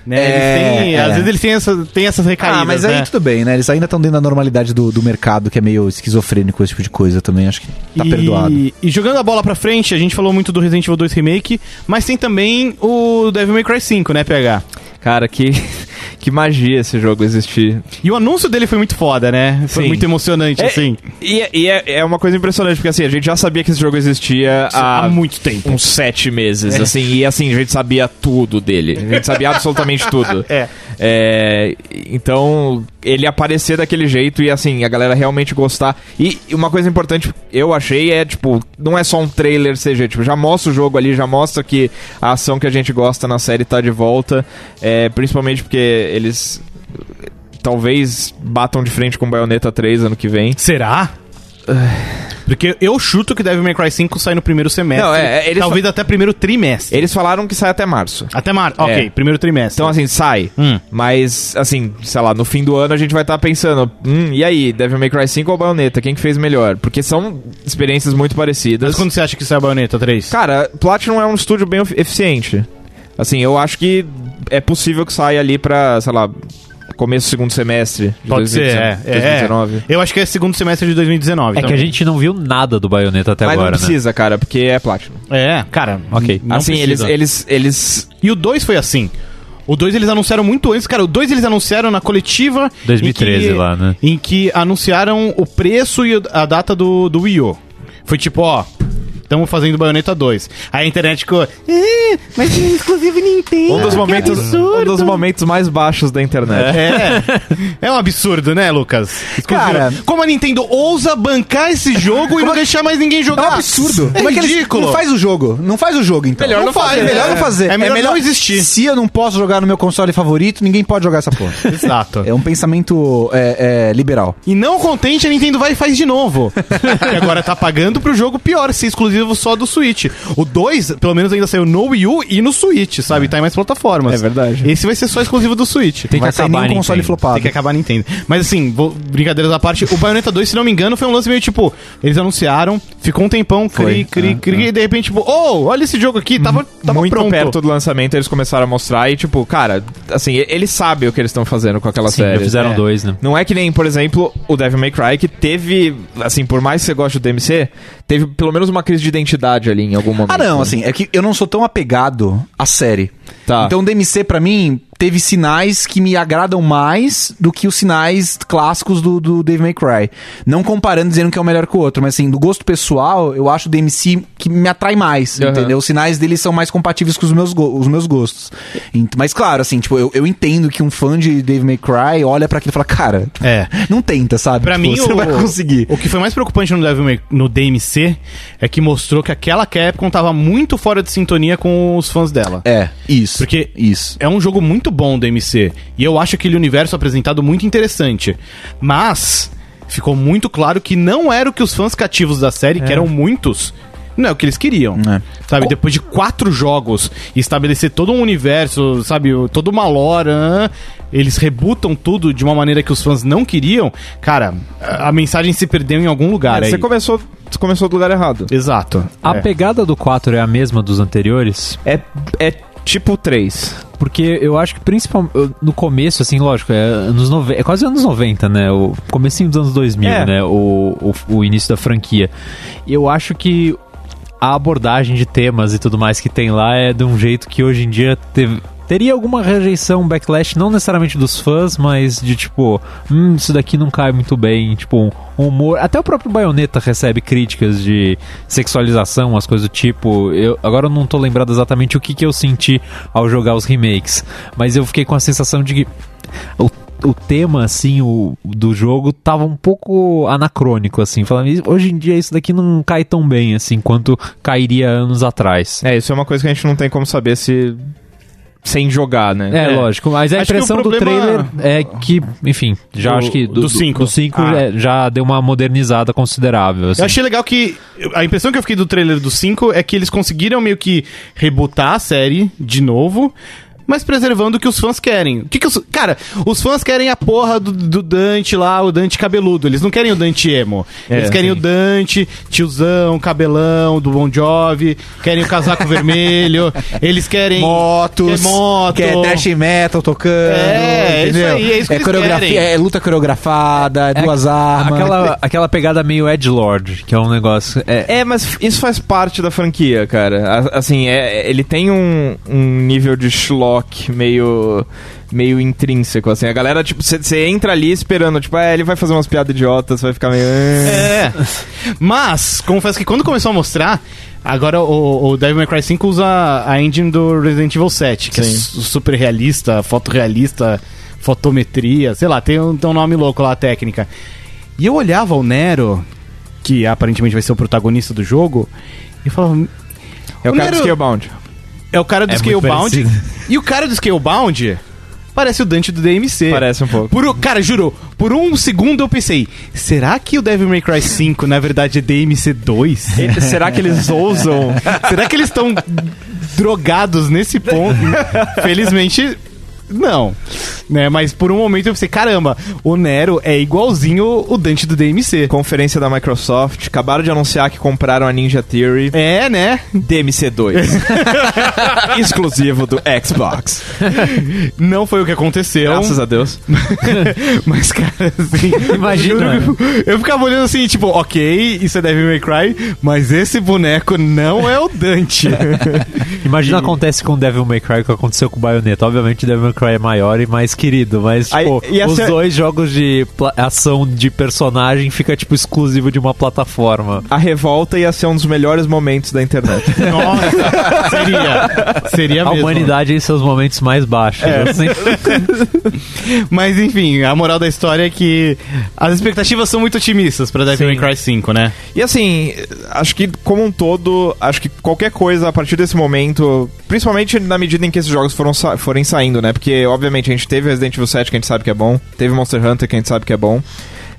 [SPEAKER 1] né?
[SPEAKER 4] É,
[SPEAKER 1] eles têm,
[SPEAKER 4] é.
[SPEAKER 1] Às vezes eles têm, essa, têm essas recaídas,
[SPEAKER 4] Ah, mas aí
[SPEAKER 1] né?
[SPEAKER 4] tudo bem, né? Eles ainda estão dentro da normalidade do, do mercado, que é meio esquizofrênico, esse tipo de coisa também. Acho que tá
[SPEAKER 1] e,
[SPEAKER 4] perdoado.
[SPEAKER 1] E jogando a bola pra frente, a gente falou muito do Resident Evil 2 Remake, mas tem também o Devil May Cry 5, né, PH?
[SPEAKER 2] Cara, que, [laughs] que magia esse jogo existir.
[SPEAKER 1] E o anúncio dele foi muito foda, né? Foi
[SPEAKER 2] Sim.
[SPEAKER 1] muito emocionante, assim.
[SPEAKER 2] E, é- e é, é uma coisa impressionante, porque assim, a gente já sabia que esse jogo existia há,
[SPEAKER 1] há muito tempo.
[SPEAKER 2] uns sete meses, assim, e assim, a gente sabia tudo dele. A gente sabia absolutamente tudo.
[SPEAKER 1] É.
[SPEAKER 2] É, Então, ele aparecer daquele jeito e assim, a galera realmente gostar. E uma coisa importante, eu achei, é tipo, não é só um trailer CG, tipo, já mostra o jogo ali, já mostra que a ação que a gente gosta na série tá de volta. É, principalmente porque eles. Talvez batam de frente com Bayonetta 3 ano que vem.
[SPEAKER 1] Será? Porque eu chuto que Devil May Cry 5 sai no primeiro semestre.
[SPEAKER 2] Ah. Não, é, é, eles
[SPEAKER 1] talvez até primeiro trimestre.
[SPEAKER 2] Eles falaram que sai até março.
[SPEAKER 1] Até março. Ok,
[SPEAKER 2] É.
[SPEAKER 1] primeiro trimestre.
[SPEAKER 2] Então, assim, sai.
[SPEAKER 1] Hum.
[SPEAKER 2] Mas, assim, sei lá, no fim do ano a gente vai estar pensando: hum, e aí, Devil May Cry 5 ou Bayonetta? Quem que fez melhor? Porque são experiências muito parecidas.
[SPEAKER 1] Mas quando você acha que sai a Bayonetta 3?
[SPEAKER 2] Cara, Platinum é um estúdio bem efi- eficiente. Assim, eu acho que é possível que saia ali pra, sei lá, Começo do segundo semestre de
[SPEAKER 1] Pode ser,
[SPEAKER 2] 2019.
[SPEAKER 1] é, é. Eu acho que é segundo semestre de 2019.
[SPEAKER 3] É que a gente não viu nada do baioneta até
[SPEAKER 2] Mas
[SPEAKER 3] agora,
[SPEAKER 1] né?
[SPEAKER 3] né.
[SPEAKER 2] não precisa, cara, porque é Platinum.
[SPEAKER 1] É, cara.
[SPEAKER 3] Ok.
[SPEAKER 1] Não
[SPEAKER 2] assim, eles,
[SPEAKER 1] precisa.
[SPEAKER 2] eles, eles...
[SPEAKER 1] E o 2 foi assim. O 2 eles anunciaram muito antes, cara. O 2 eles anunciaram na coletiva. em
[SPEAKER 3] 2013
[SPEAKER 1] que-
[SPEAKER 3] lá, né?
[SPEAKER 1] Em que anunciaram o preço e a data do, do Wii U. Foi tipo, ó. Estamos fazendo Bayonetta 2. Aí a internet ficou. "Ah, mas é exclusivo Nintendo.
[SPEAKER 2] Um dos,
[SPEAKER 1] que
[SPEAKER 2] momentos, um
[SPEAKER 1] absurdo."
[SPEAKER 2] dos momentos mais baixos
[SPEAKER 1] [laughs]
[SPEAKER 2] da internet.
[SPEAKER 1] É. É um absurdo, né, Lucas?
[SPEAKER 4] Cara-
[SPEAKER 1] como a Nintendo ousa bancar esse jogo e não deixar mais ninguém
[SPEAKER 4] É um
[SPEAKER 1] jogar?
[SPEAKER 4] absurdo.
[SPEAKER 1] É
[SPEAKER 4] Como que eles-
[SPEAKER 1] ridículo.
[SPEAKER 4] não faz o jogo. Não faz o jogo, então.
[SPEAKER 1] Melhor não
[SPEAKER 4] faz,
[SPEAKER 1] fazer.
[SPEAKER 4] É melhor
[SPEAKER 1] É.
[SPEAKER 4] não fazer.
[SPEAKER 1] É melhor não existir.
[SPEAKER 4] Se eu não posso jogar no meu console favorito, ninguém pode jogar essa porra.
[SPEAKER 1] Exato.
[SPEAKER 4] É um pensamento é, é, liberal.
[SPEAKER 1] E não contente, a Nintendo vai e faz de novo. e agora tá pagando pro jogo pior, ser exclusivo só do Switch. O 2, pelo menos, ainda saiu no Wii U e no Switch, sabe? Tá em mais plataformas.
[SPEAKER 2] É verdade.
[SPEAKER 1] Esse vai ser só exclusivo do Switch.
[SPEAKER 3] Tem que
[SPEAKER 4] Vai sair
[SPEAKER 3] acabar então.
[SPEAKER 4] nenhum
[SPEAKER 3] Nintendo.
[SPEAKER 4] console flopado.
[SPEAKER 1] Tem que acabar a Nintendo. Mas assim, vou- brincadeiras à parte, o Bayonetta 2, se não me engano, foi um lance meio tipo, eles anunciaram, ficou um tempão, cri,
[SPEAKER 4] Foi,
[SPEAKER 1] cri,
[SPEAKER 4] é,
[SPEAKER 1] cri, e de repente, tipo, oh, olha esse jogo aqui, tava, tava
[SPEAKER 2] Muito
[SPEAKER 1] pronto.
[SPEAKER 2] perto do lançamento, eles começaram a mostrar e, tipo, cara, assim, e- eles sabem o que eles estão fazendo com aquela
[SPEAKER 3] Sim,
[SPEAKER 2] série.
[SPEAKER 3] fizeram
[SPEAKER 2] É.
[SPEAKER 3] dois, né?
[SPEAKER 2] Não é que nem, por exemplo, o Devil May Cry, que teve, assim, por mais que você goste do DMC, teve pelo menos uma crise de identidade ali em algum momento.
[SPEAKER 4] Ah,
[SPEAKER 1] né?
[SPEAKER 4] não, assim, é que eu não sou tão apegado à série.
[SPEAKER 2] Tá.
[SPEAKER 4] Então, DMC, pra mim, teve sinais que me agradam mais do que os sinais clássicos do, do Dave May Cry. Não comparando, dizendo que é um melhor que o outro, mas assim, do gosto pessoal, eu acho o DMC que me atrai mais,
[SPEAKER 2] Aham.
[SPEAKER 4] entendeu? Os sinais dele são mais compatíveis com os meus, go- os meus gostos. Ent- Mas claro, assim, tipo, eu, eu entendo que um fã de Dave May Cry olha pra aquilo e fala, cara,
[SPEAKER 1] É.
[SPEAKER 4] não tenta, sabe?
[SPEAKER 1] Pra
[SPEAKER 4] Tipo,
[SPEAKER 1] mim,
[SPEAKER 4] você
[SPEAKER 1] o,
[SPEAKER 4] não vai conseguir.
[SPEAKER 1] o que foi mais preocupante no, Devil May- no DMC é que mostrou que aquela Capcom tava muito fora de sintonia com os fãs dela.
[SPEAKER 4] É, isso.
[SPEAKER 1] Porque-
[SPEAKER 4] Isso.
[SPEAKER 1] É um jogo muito bom o DMC. E eu acho aquele universo apresentado muito interessante. Mas ficou muito claro que não era o que os fãs cativos da série, que eram muitos, não é o que eles queriam.
[SPEAKER 4] É.
[SPEAKER 1] Sabe, depois de quatro jogos e estabelecer todo um universo, sabe, o- toda uma lore, ah, eles rebutam tudo de uma maneira que os fãs não queriam. Cara, a a mensagem se perdeu em algum lugar
[SPEAKER 2] É,
[SPEAKER 1] aí.
[SPEAKER 2] você, começou, você começou do lugar errado.
[SPEAKER 1] Exato.
[SPEAKER 3] A
[SPEAKER 1] É.
[SPEAKER 3] pegada do 4 é a mesma dos anteriores?
[SPEAKER 2] É, é tipo 3.
[SPEAKER 3] Porque eu acho que principalmente no começo, assim, lógico, é, anos nove- é quase anos 90, né? O comecinho dos anos 2000,
[SPEAKER 2] É.
[SPEAKER 3] né? O, o, o início da franquia. Eu acho que a abordagem de temas e tudo mais que tem lá é de um jeito que hoje em dia teve- teria alguma rejeição, um backlash, não necessariamente dos fãs, mas de tipo, hum, isso daqui não cai muito bem, tipo, um um humor. Até o próprio Bayonetta recebe críticas de sexualização, umas coisas do tipo. Eu, agora eu não tô lembrado exatamente o que, que eu senti ao jogar os remakes, mas eu fiquei com a sensação de que. o o tema, assim, o, do jogo tava um pouco anacrônico, assim. Falando, "Ih, hoje em dia isso daqui não cai tão bem, assim, quanto cairia anos atrás.
[SPEAKER 2] É, isso é uma coisa que a gente não tem como saber se. sem jogar, né?
[SPEAKER 3] É, lógico, mas a
[SPEAKER 1] Acho que o
[SPEAKER 3] impressão do trailer
[SPEAKER 1] problema-
[SPEAKER 3] é que, enfim, já
[SPEAKER 1] Do-
[SPEAKER 3] acho que
[SPEAKER 1] do cinco.
[SPEAKER 3] do cinco,
[SPEAKER 1] Ah.
[SPEAKER 3] é, já deu uma modernizada considerável. assim.
[SPEAKER 1] Eu achei legal que. A impressão que eu fiquei do trailer do 5 é que eles conseguiram meio que rebutar a série de novo. Mas preservando o que os fãs querem. O que que os, cara, os fãs querem a porra do, do Dante lá, o Dante cabeludo. Eles não querem o Dante emo. Eles querem o Dante, tiozão, cabelão, do Bon Jovi. Querem o casaco [laughs] vermelho. Eles querem...
[SPEAKER 4] motos,
[SPEAKER 1] Quer moto.
[SPEAKER 4] que é trash metal tocando,
[SPEAKER 1] É, é isso
[SPEAKER 4] entendeu?
[SPEAKER 1] aí, é isso que eles
[SPEAKER 4] coreografia,
[SPEAKER 1] querem.
[SPEAKER 4] é luta coreografada, é duas armas.
[SPEAKER 3] Aquela, aquela pegada meio Edgelord, que é um negócio. É,
[SPEAKER 2] É, mas f- isso faz parte da franquia, cara. A- assim, é, é- ele tem um, um nível de schlock meio meio intrínseco, assim. A galera, tipo, você entra ali esperando, tipo, é, ele vai fazer umas piadas idiotas, vai ficar meio... "Ah."
[SPEAKER 1] É. Mas, confesso que quando começou a mostrar, agora o, o Devil May Cry 5 usa a engine do Resident Evil 7, que é su- super realista, fotorrealista, fotometria, sei lá, tem um, tem um nome louco lá, a técnica. E eu olhava o Nero, que aparentemente vai ser o protagonista do jogo, e eu falava. "Hum,
[SPEAKER 2] É o cara do
[SPEAKER 1] Nero-
[SPEAKER 2] Scalebound.
[SPEAKER 1] É o cara do
[SPEAKER 3] É muito
[SPEAKER 1] Scalebound.
[SPEAKER 3] parecido.
[SPEAKER 1] E o cara do Scalebound parece o Dante do DMC.
[SPEAKER 2] Parece um pouco.
[SPEAKER 1] Por um- cara, juro, por um segundo eu pensei, será que o Devil May Cry 5 na verdade é DMC 2?
[SPEAKER 2] Ele- será que [laughs] eles ousam?
[SPEAKER 1] será que eles estão drogados nesse ponto? Felizmente Não. Né, mas por um momento eu pensei, caramba, o Nero é igualzinho o Dante do DMC.
[SPEAKER 2] Conferência da Microsoft, acabaram de anunciar que compraram a Ninja Theory
[SPEAKER 1] É, né?
[SPEAKER 2] [laughs] DMC2. exclusivo do Xbox.
[SPEAKER 1] Não foi o que aconteceu.
[SPEAKER 2] Graças a Deus.
[SPEAKER 1] [laughs] Mas, cara, assim.
[SPEAKER 3] Imagina,
[SPEAKER 1] Eu, juro que eu- eu ficava olhando assim, tipo, ok, isso é Devil May Cry, mas esse boneco não é o Dante.
[SPEAKER 3] Imagina acontece com Devil May Cry o que aconteceu com Bayonetta. Obviamente Devil May Cry é maior e mais querido, mas
[SPEAKER 2] Aí,
[SPEAKER 3] tipo,
[SPEAKER 2] ia
[SPEAKER 3] os
[SPEAKER 2] ser-
[SPEAKER 3] dois jogos de pla- ação de personagem fica tipo exclusivo de uma plataforma.
[SPEAKER 2] A revolta ia ser um dos melhores momentos da internet.
[SPEAKER 1] [laughs] Nossa, seria. Seria
[SPEAKER 3] A
[SPEAKER 1] É mesmo. né?
[SPEAKER 3] humanidade em seus momentos mais baixos. assim.
[SPEAKER 1] Mas enfim, a moral da história é que as expectativas são muito otimistas pra Devil
[SPEAKER 3] Sim.
[SPEAKER 1] May Cry 5, né?
[SPEAKER 2] E assim, acho que como um todo, acho que qualquer coisa a partir desse momento, principalmente na medida em que esses jogos foram sa- forem saindo, né? Porque, obviamente, a gente teve Resident Evil 7 que a gente sabe que é bom, teve Monster Hunter que a gente sabe que é bom.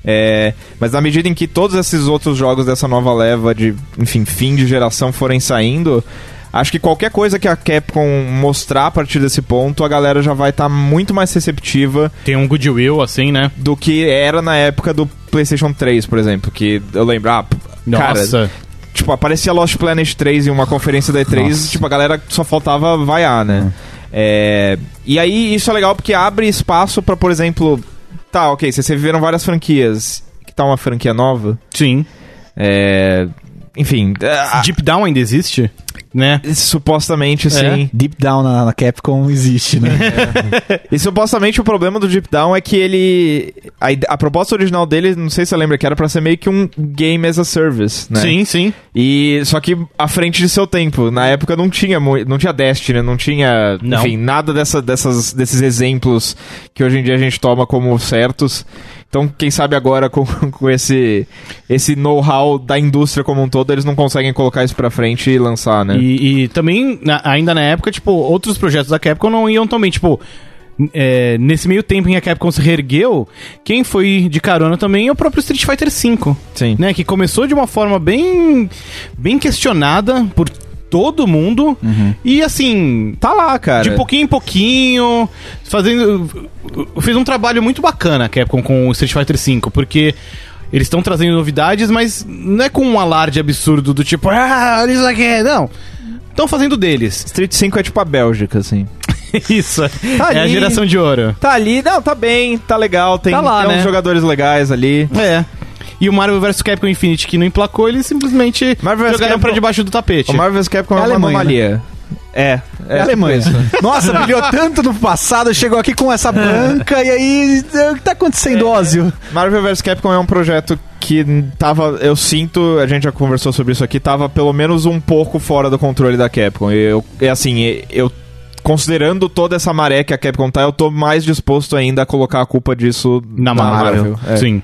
[SPEAKER 2] É, mas na medida em que todos esses outros jogos dessa nova leva de, enfim, fim de geração forem saindo, acho que qualquer coisa que a Capcom mostrar a partir desse ponto, a galera já vai estar muito mais receptiva
[SPEAKER 1] Tem um goodwill, assim, né?
[SPEAKER 2] do que era na época do PlayStation 3, por exemplo, que eu lembro, ah, p- cara,
[SPEAKER 1] Nossa.
[SPEAKER 2] Tipo, aparecia Lost Planet 3 em uma conferência da E3,
[SPEAKER 4] Nossa.
[SPEAKER 2] tipo, a galera só faltava vaiar, né? É, E aí isso é legal porque abre espaço pra, por exemplo, tá, ok, vocês viveram várias franquias. Que tal uma franquia nova?
[SPEAKER 1] Sim.
[SPEAKER 2] É. Enfim. é, a-
[SPEAKER 1] Deep Down ainda existe? Né?
[SPEAKER 2] Supostamente, sim.
[SPEAKER 4] Deep down na, na Capcom existe, né?
[SPEAKER 2] E supostamente o problema do Deep Down é que ele. A, ide- a proposta original dele, não sei se você lembra, que era pra ser meio que um game as a service, né?
[SPEAKER 1] Sim, sim.
[SPEAKER 2] E só que à frente de seu tempo, na época não tinha mui- não tinha Destiny, né? não tinha,
[SPEAKER 1] Não.
[SPEAKER 2] enfim, nada dessa, dessas, desses exemplos que hoje em dia a gente toma como certos. Então, quem sabe agora com, [laughs] com esse esse know-how da indústria como um todo, eles não conseguem colocar isso pra frente e lançar, né?
[SPEAKER 1] E, e também, na- ainda na época, tipo, outros projetos da Capcom não iam tão bem. Tipo, n- é, nesse meio tempo em que a Capcom se reergueu, quem foi de carona também é o próprio Street Fighter V,
[SPEAKER 2] Sim.
[SPEAKER 1] né? Que começou de uma forma bem, bem questionada por todo mundo. E assim,
[SPEAKER 2] Tá lá, cara.
[SPEAKER 1] de pouquinho em pouquinho, fazendo. Fez um trabalho muito bacana a Capcom com o Street Fighter V, porque eles estão trazendo novidades, mas não é com um alarde absurdo do tipo, ah, olha isso aqui, não. Estão fazendo deles.
[SPEAKER 2] Street 5 é tipo a Bélgica, assim.
[SPEAKER 1] Isso. é a
[SPEAKER 2] ali.
[SPEAKER 1] geração de ouro.
[SPEAKER 2] Tá ali, não, tá bem, tá legal, tem,
[SPEAKER 1] Tá lá,
[SPEAKER 2] tem
[SPEAKER 1] né?
[SPEAKER 2] uns jogadores legais ali.
[SPEAKER 1] É. E o Marvel vs Capcom Infinity, que não emplacou, eles simplesmente
[SPEAKER 2] Marvel vs.
[SPEAKER 1] jogaram pra
[SPEAKER 2] Capcom-
[SPEAKER 1] debaixo do tapete.
[SPEAKER 2] O Marvel's Capcom é,
[SPEAKER 4] É
[SPEAKER 2] uma
[SPEAKER 4] Alemanha,
[SPEAKER 2] anomalia. É, é,
[SPEAKER 4] Alemanha. [laughs] Nossa, brilhou tanto no passado, chegou aqui com essa banca, e aí. O que tá acontecendo,
[SPEAKER 1] É.
[SPEAKER 4] Ózio?
[SPEAKER 2] Marvel vs Capcom é um projeto que tava, eu sinto, a gente já conversou sobre isso aqui, tava pelo menos um pouco fora do controle da Capcom. Eu, é assim, e- eu considerando toda essa maré que a Capcom tá, eu tô mais disposto ainda a colocar a culpa disso
[SPEAKER 1] Na Marvel.
[SPEAKER 2] É.
[SPEAKER 1] Sim.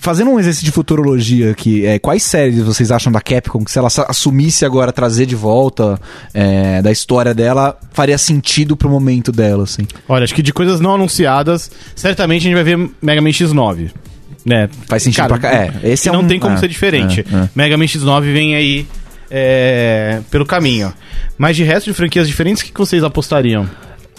[SPEAKER 4] Fazendo um exercício de futurologia aqui, é, quais séries vocês acham da Capcom que se ela sa- assumisse agora, trazer de volta é, da história dela, faria sentido pro momento dela, assim?
[SPEAKER 1] Olha, acho que de coisas não anunciadas, certamente a gente vai ver Mega Man X9. Né?
[SPEAKER 4] Faz sentido
[SPEAKER 1] Cara,
[SPEAKER 4] pra cá. É, esse é
[SPEAKER 1] não
[SPEAKER 4] um-
[SPEAKER 1] tem como
[SPEAKER 4] é,
[SPEAKER 1] ser diferente.
[SPEAKER 4] é, é.
[SPEAKER 1] Mega Man X9 vem aí é, pelo caminho. Mas de resto de franquias diferentes, o que, que vocês apostariam?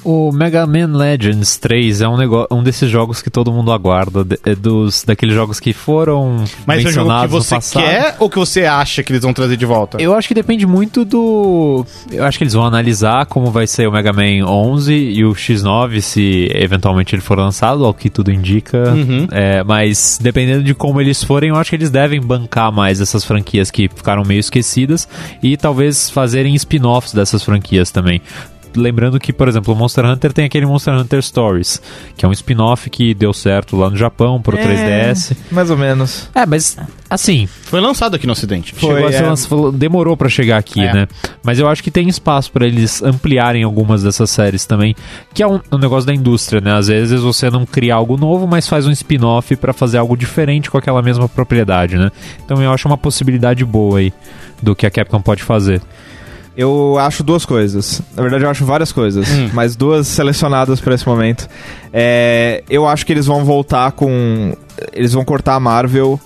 [SPEAKER 3] O Mega Man Legends 3 é um, negócio, um desses jogos que todo mundo aguarda. de- é dos, daqueles jogos que foram
[SPEAKER 1] Mas é um jogo que
[SPEAKER 3] mencionados
[SPEAKER 1] você
[SPEAKER 3] no passado.
[SPEAKER 1] quer ou que você acha que eles vão trazer de volta?
[SPEAKER 3] Eu acho que depende muito do. Eu acho que eles vão analisar como vai ser o Mega Man 11 e o X9, se eventualmente ele for lançado, ao que tudo indica. É, mas dependendo de como eles forem, eu acho que eles devem bancar mais essas franquias que ficaram meio esquecidas e talvez fazerem spin-offs dessas franquias também. Lembrando que, por exemplo, o Monster Hunter tem aquele Monster Hunter Stories, que é um spin-off que deu certo lá no Japão pro 3DS.
[SPEAKER 2] Mais ou menos.
[SPEAKER 3] É, mas assim,
[SPEAKER 1] Foi lançado aqui no Ocidente.
[SPEAKER 2] Foi,
[SPEAKER 3] Chegou a ser
[SPEAKER 2] é.
[SPEAKER 3] lança- falou- demorou pra chegar aqui,
[SPEAKER 1] É.
[SPEAKER 3] né? Mas eu acho que tem espaço pra eles ampliarem algumas dessas séries também, que é um, um negócio da indústria, né? Às vezes você não cria algo novo, mas faz um spin-off pra fazer algo diferente com aquela mesma propriedade, né? Então eu acho uma possibilidade boa aí do que a Capcom pode fazer.
[SPEAKER 2] Eu acho duas coisas. Na verdade, eu acho várias coisas,
[SPEAKER 1] Hum.
[SPEAKER 2] mas duas selecionadas pra esse momento. É, eu acho que eles vão voltar com. Eles vão cortar a Marvel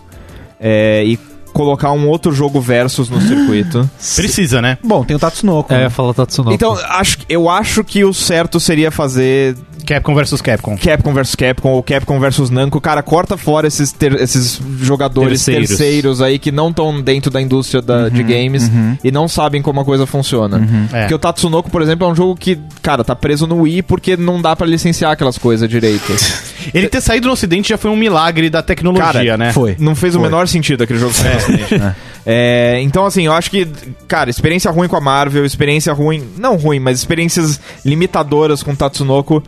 [SPEAKER 2] é, e colocar um outro jogo versus no circuito.
[SPEAKER 1] Precisa, né?
[SPEAKER 4] Bom, tem o Tatsunoko.
[SPEAKER 3] É,
[SPEAKER 4] né?
[SPEAKER 3] fala Tatsunoko.
[SPEAKER 2] Então, acho, que- eu acho que o certo seria fazer
[SPEAKER 1] Capcom versus Capcom.
[SPEAKER 2] Capcom versus Capcom ou Capcom versus Namco. Cara, corta fora esses, ter- esses jogadores
[SPEAKER 3] Terceiros.
[SPEAKER 2] terceiros. aí que não estão dentro da indústria da- de games e não sabem como a coisa funciona.
[SPEAKER 1] É.
[SPEAKER 2] Porque o Tatsunoko, por exemplo, é um jogo que, cara, tá preso no Wii porque não dá pra licenciar aquelas coisas direito.
[SPEAKER 1] Ele ter saído no Ocidente já foi um milagre da tecnologia,
[SPEAKER 2] Cara,
[SPEAKER 1] né?
[SPEAKER 4] Foi.
[SPEAKER 2] Não fez o
[SPEAKER 4] Foi.
[SPEAKER 2] menor sentido aquele jogo.
[SPEAKER 1] [laughs]
[SPEAKER 2] É. então, assim, eu acho que, cara, experiência ruim com a Marvel, experiência ruim, não ruim, mas experiências limitadoras com Tatsunoko.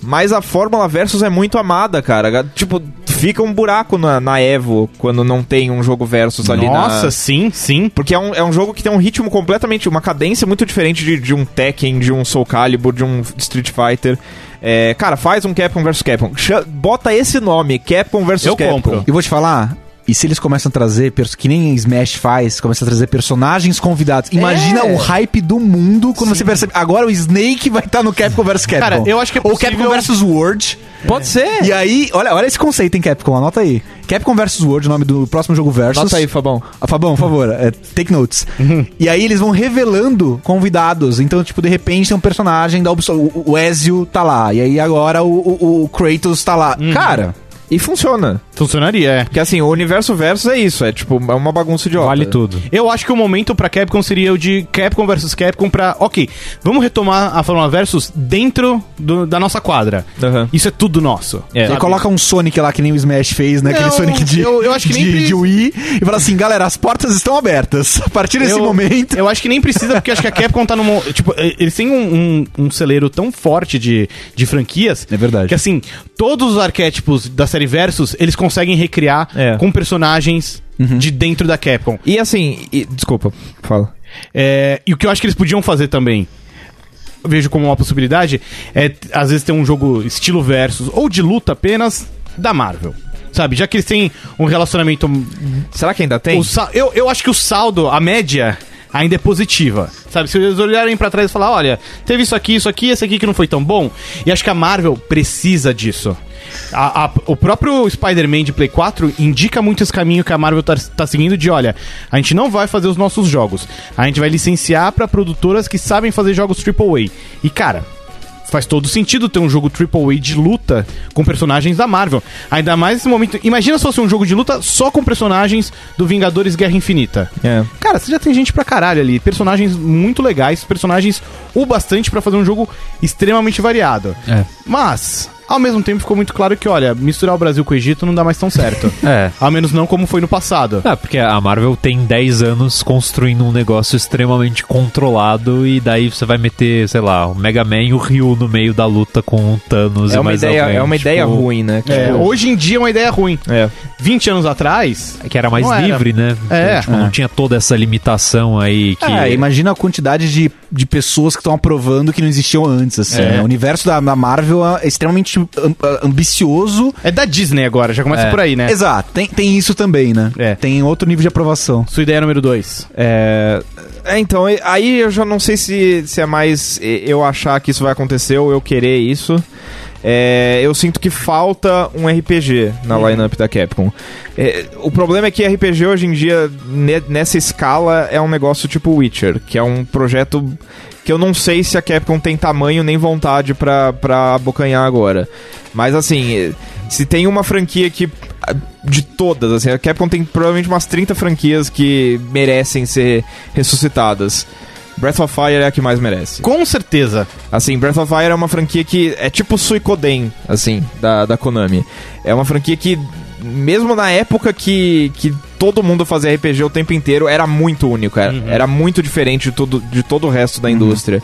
[SPEAKER 2] Mas a Fórmula Versus é muito amada, cara. Tipo, fica um buraco na, na Evo quando não tem um jogo Versus ali na-
[SPEAKER 1] Nossa, sim, sim.
[SPEAKER 2] porque é um, é um jogo que tem um ritmo completamente, uma cadência muito diferente de, de um Tekken, de um Soul Calibur, de um Street Fighter. É, cara, faz um Capcom vs Capcom. Cha- bota esse nome, Capcom vs
[SPEAKER 1] Eu
[SPEAKER 2] Capcom.
[SPEAKER 1] compro.
[SPEAKER 4] E vou te falar. E se eles começam a trazer, pers- que nem Smash faz, começa a trazer personagens convidados. Imagina o hype do mundo quando você percebe. Agora o Snake vai estar no Capcom vs Capcom.
[SPEAKER 1] Cara, eu acho que é
[SPEAKER 4] Ou
[SPEAKER 1] possível-
[SPEAKER 4] Capcom vs World. É.
[SPEAKER 2] Pode ser.
[SPEAKER 4] E aí, olha, olha esse conceito, hein, Capcom? Anota aí. Capcom vs World, o nome do próximo jogo versus.
[SPEAKER 2] Anota aí, Fabão.
[SPEAKER 4] Ah, Fabão, por favor, é, take notes.
[SPEAKER 1] Uhum.
[SPEAKER 4] E aí eles vão revelando convidados. Então, tipo, de repente tem um personagem da Ubisoft. O, o Ezio tá lá. E aí agora o, o- o Kratos tá lá.
[SPEAKER 1] Uhum.
[SPEAKER 4] Cara,
[SPEAKER 2] E funciona.
[SPEAKER 1] Funcionaria, é.
[SPEAKER 2] Porque assim, o universo versus é isso, é tipo, é uma bagunça idiota.
[SPEAKER 3] vale tudo.
[SPEAKER 1] Eu acho que o momento pra Capcom seria o de Capcom versus Capcom pra. Ok, vamos retomar a Fórmula Versus dentro do- da nossa quadra.
[SPEAKER 2] Aham.
[SPEAKER 1] Isso é tudo nosso.
[SPEAKER 3] É.
[SPEAKER 4] Aí
[SPEAKER 1] sabe?
[SPEAKER 4] coloca um Sonic lá que nem o Smash fez, né? Aquele
[SPEAKER 1] Não,
[SPEAKER 4] Sonic de,
[SPEAKER 1] eu- eu acho que nem
[SPEAKER 4] de,
[SPEAKER 1] precisa.
[SPEAKER 4] de Wii. E fala assim, galera, as portas estão abertas. [laughs] A partir desse
[SPEAKER 1] Eu-
[SPEAKER 4] momento.
[SPEAKER 1] Eu acho que nem precisa, porque acho que a Capcom tá num. Tipo, eh, eles têm um, um, um celeiro tão forte de, de franquias.
[SPEAKER 4] É verdade.
[SPEAKER 1] Que assim, todos os arquétipos da série Versus, eles conseguem recriar
[SPEAKER 2] É.
[SPEAKER 1] com personagens de dentro da Capcom.
[SPEAKER 2] E assim, e- desculpa, fala.
[SPEAKER 1] É, e o que eu acho que eles podiam fazer também. eu Vejo como uma possibilidade é t- às vezes ter um jogo estilo versus ou de luta apenas da Marvel. Sabe, já que eles têm um relacionamento.
[SPEAKER 2] Será que ainda tem?
[SPEAKER 1] o sa- eu, eu acho que o saldo, a média, ainda é positiva. Sabe, se eles olharem pra trás e falar, olha, teve isso aqui, isso aqui, esse aqui que não foi tão bom. E acho que a Marvel precisa disso. A- a- o próprio Spider-Man de Play 4 indica muito esse caminho que a Marvel tá, tá seguindo de, olha, a gente não vai fazer os nossos jogos. A gente vai licenciar pra produtoras que sabem fazer jogos AAA. E, cara, faz todo sentido ter um jogo AAA de luta com personagens da Marvel. Ainda mais nesse momento... Imagina se fosse um jogo de luta só com personagens do Vingadores Guerra Infinita.
[SPEAKER 2] É.
[SPEAKER 1] Cara, você já tem gente pra caralho ali. Personagens muito legais, personagens o bastante pra fazer um jogo extremamente variado.
[SPEAKER 3] É.
[SPEAKER 1] Mas, ao mesmo tempo, ficou muito claro que, olha, misturar o Brasil com o Egito não dá mais tão certo.
[SPEAKER 3] É.
[SPEAKER 1] Ao menos não como foi no passado.
[SPEAKER 3] Ah, porque a Marvel tem 10 anos construindo um negócio extremamente controlado e daí você vai meter, sei lá, o Mega Man e o Ryu no meio da luta com o Thanos
[SPEAKER 2] É
[SPEAKER 3] e
[SPEAKER 2] uma
[SPEAKER 3] mais
[SPEAKER 2] ideia,
[SPEAKER 3] alguém,
[SPEAKER 2] é uma
[SPEAKER 3] tipo,
[SPEAKER 2] ideia ruim, né?
[SPEAKER 1] É,
[SPEAKER 2] Tipo,
[SPEAKER 1] hoje em dia é uma ideia ruim.
[SPEAKER 2] é.
[SPEAKER 1] 20 anos atrás,
[SPEAKER 3] Que era mais
[SPEAKER 1] Não era.
[SPEAKER 3] livre, né?
[SPEAKER 1] É.
[SPEAKER 3] Tipo, não tinha toda essa limitação aí que...
[SPEAKER 4] É, imagina a quantidade de, de pessoas que estão aprovando que não existiam antes, assim.
[SPEAKER 1] É.
[SPEAKER 4] né? O universo da, da Marvel é extremamente am- ambicioso.
[SPEAKER 1] é da Disney agora, já começa
[SPEAKER 3] É.
[SPEAKER 1] por aí, né?
[SPEAKER 4] Exato, tem, tem isso também, né?
[SPEAKER 1] É.
[SPEAKER 4] Tem outro nível de aprovação.
[SPEAKER 1] Sua ideia número 2.
[SPEAKER 2] É, é, então, e- aí eu já não sei se, se é mais e- eu achar que isso vai acontecer ou eu querer isso. É, eu sinto que falta um RPG na lineup da Capcom. É, o problema é que RPG hoje em dia, ne- nessa escala, é um negócio tipo Witcher, que é um projeto que eu não sei se a Capcom tem tamanho nem vontade pra, pra abocanhar agora. Mas assim, eh, se tem uma franquia que. ah, De todas, assim, a Capcom tem provavelmente umas 30 franquias que merecem ser ressuscitadas. Breath of Fire é a que mais merece.
[SPEAKER 1] Com certeza.
[SPEAKER 2] Assim, Breath of Fire é uma franquia que é tipo Suicoden, assim, da, da Konami. É uma franquia que, mesmo na época que, que todo mundo fazia RPG o tempo inteiro, era muito única. Era, era muito diferente de, tudo, de todo o resto da indústria.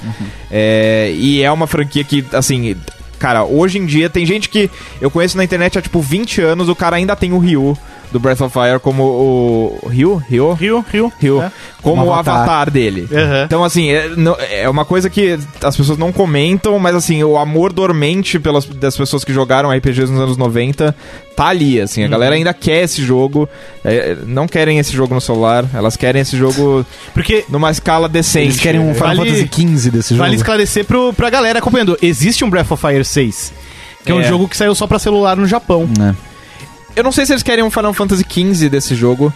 [SPEAKER 2] É, e é uma franquia que, assim. Cara, hoje em dia tem gente que eu conheço na internet há tipo 20 anos, o cara ainda tem o Ryu do Breath of Fire como o. Ryu? Ryu?
[SPEAKER 1] Rio, Rio.
[SPEAKER 2] Ryu. Como
[SPEAKER 4] Como
[SPEAKER 2] o
[SPEAKER 4] avatar.
[SPEAKER 2] avatar dele.
[SPEAKER 1] Aham.
[SPEAKER 2] Então, assim, é, não- é uma coisa que as pessoas não comentam, mas, assim, o amor dormente pelas, das pessoas que jogaram RPGs nos anos 90 tá ali, assim.
[SPEAKER 4] Uhum.
[SPEAKER 2] A galera ainda quer esse jogo, é, não querem esse jogo no celular, elas querem esse jogo
[SPEAKER 1] Porque
[SPEAKER 2] numa escala decente.
[SPEAKER 4] Eles querem um Final
[SPEAKER 1] Vale-
[SPEAKER 4] Fantasy XV desse jogo.
[SPEAKER 1] vale esclarecer pro, pra galera acompanhando. Existe um Breath of Fire 6, que é, um
[SPEAKER 2] É.
[SPEAKER 1] jogo que saiu só pra celular no Japão.
[SPEAKER 4] É.
[SPEAKER 2] Eu não sei se eles querem um Final Fantasy XV desse jogo.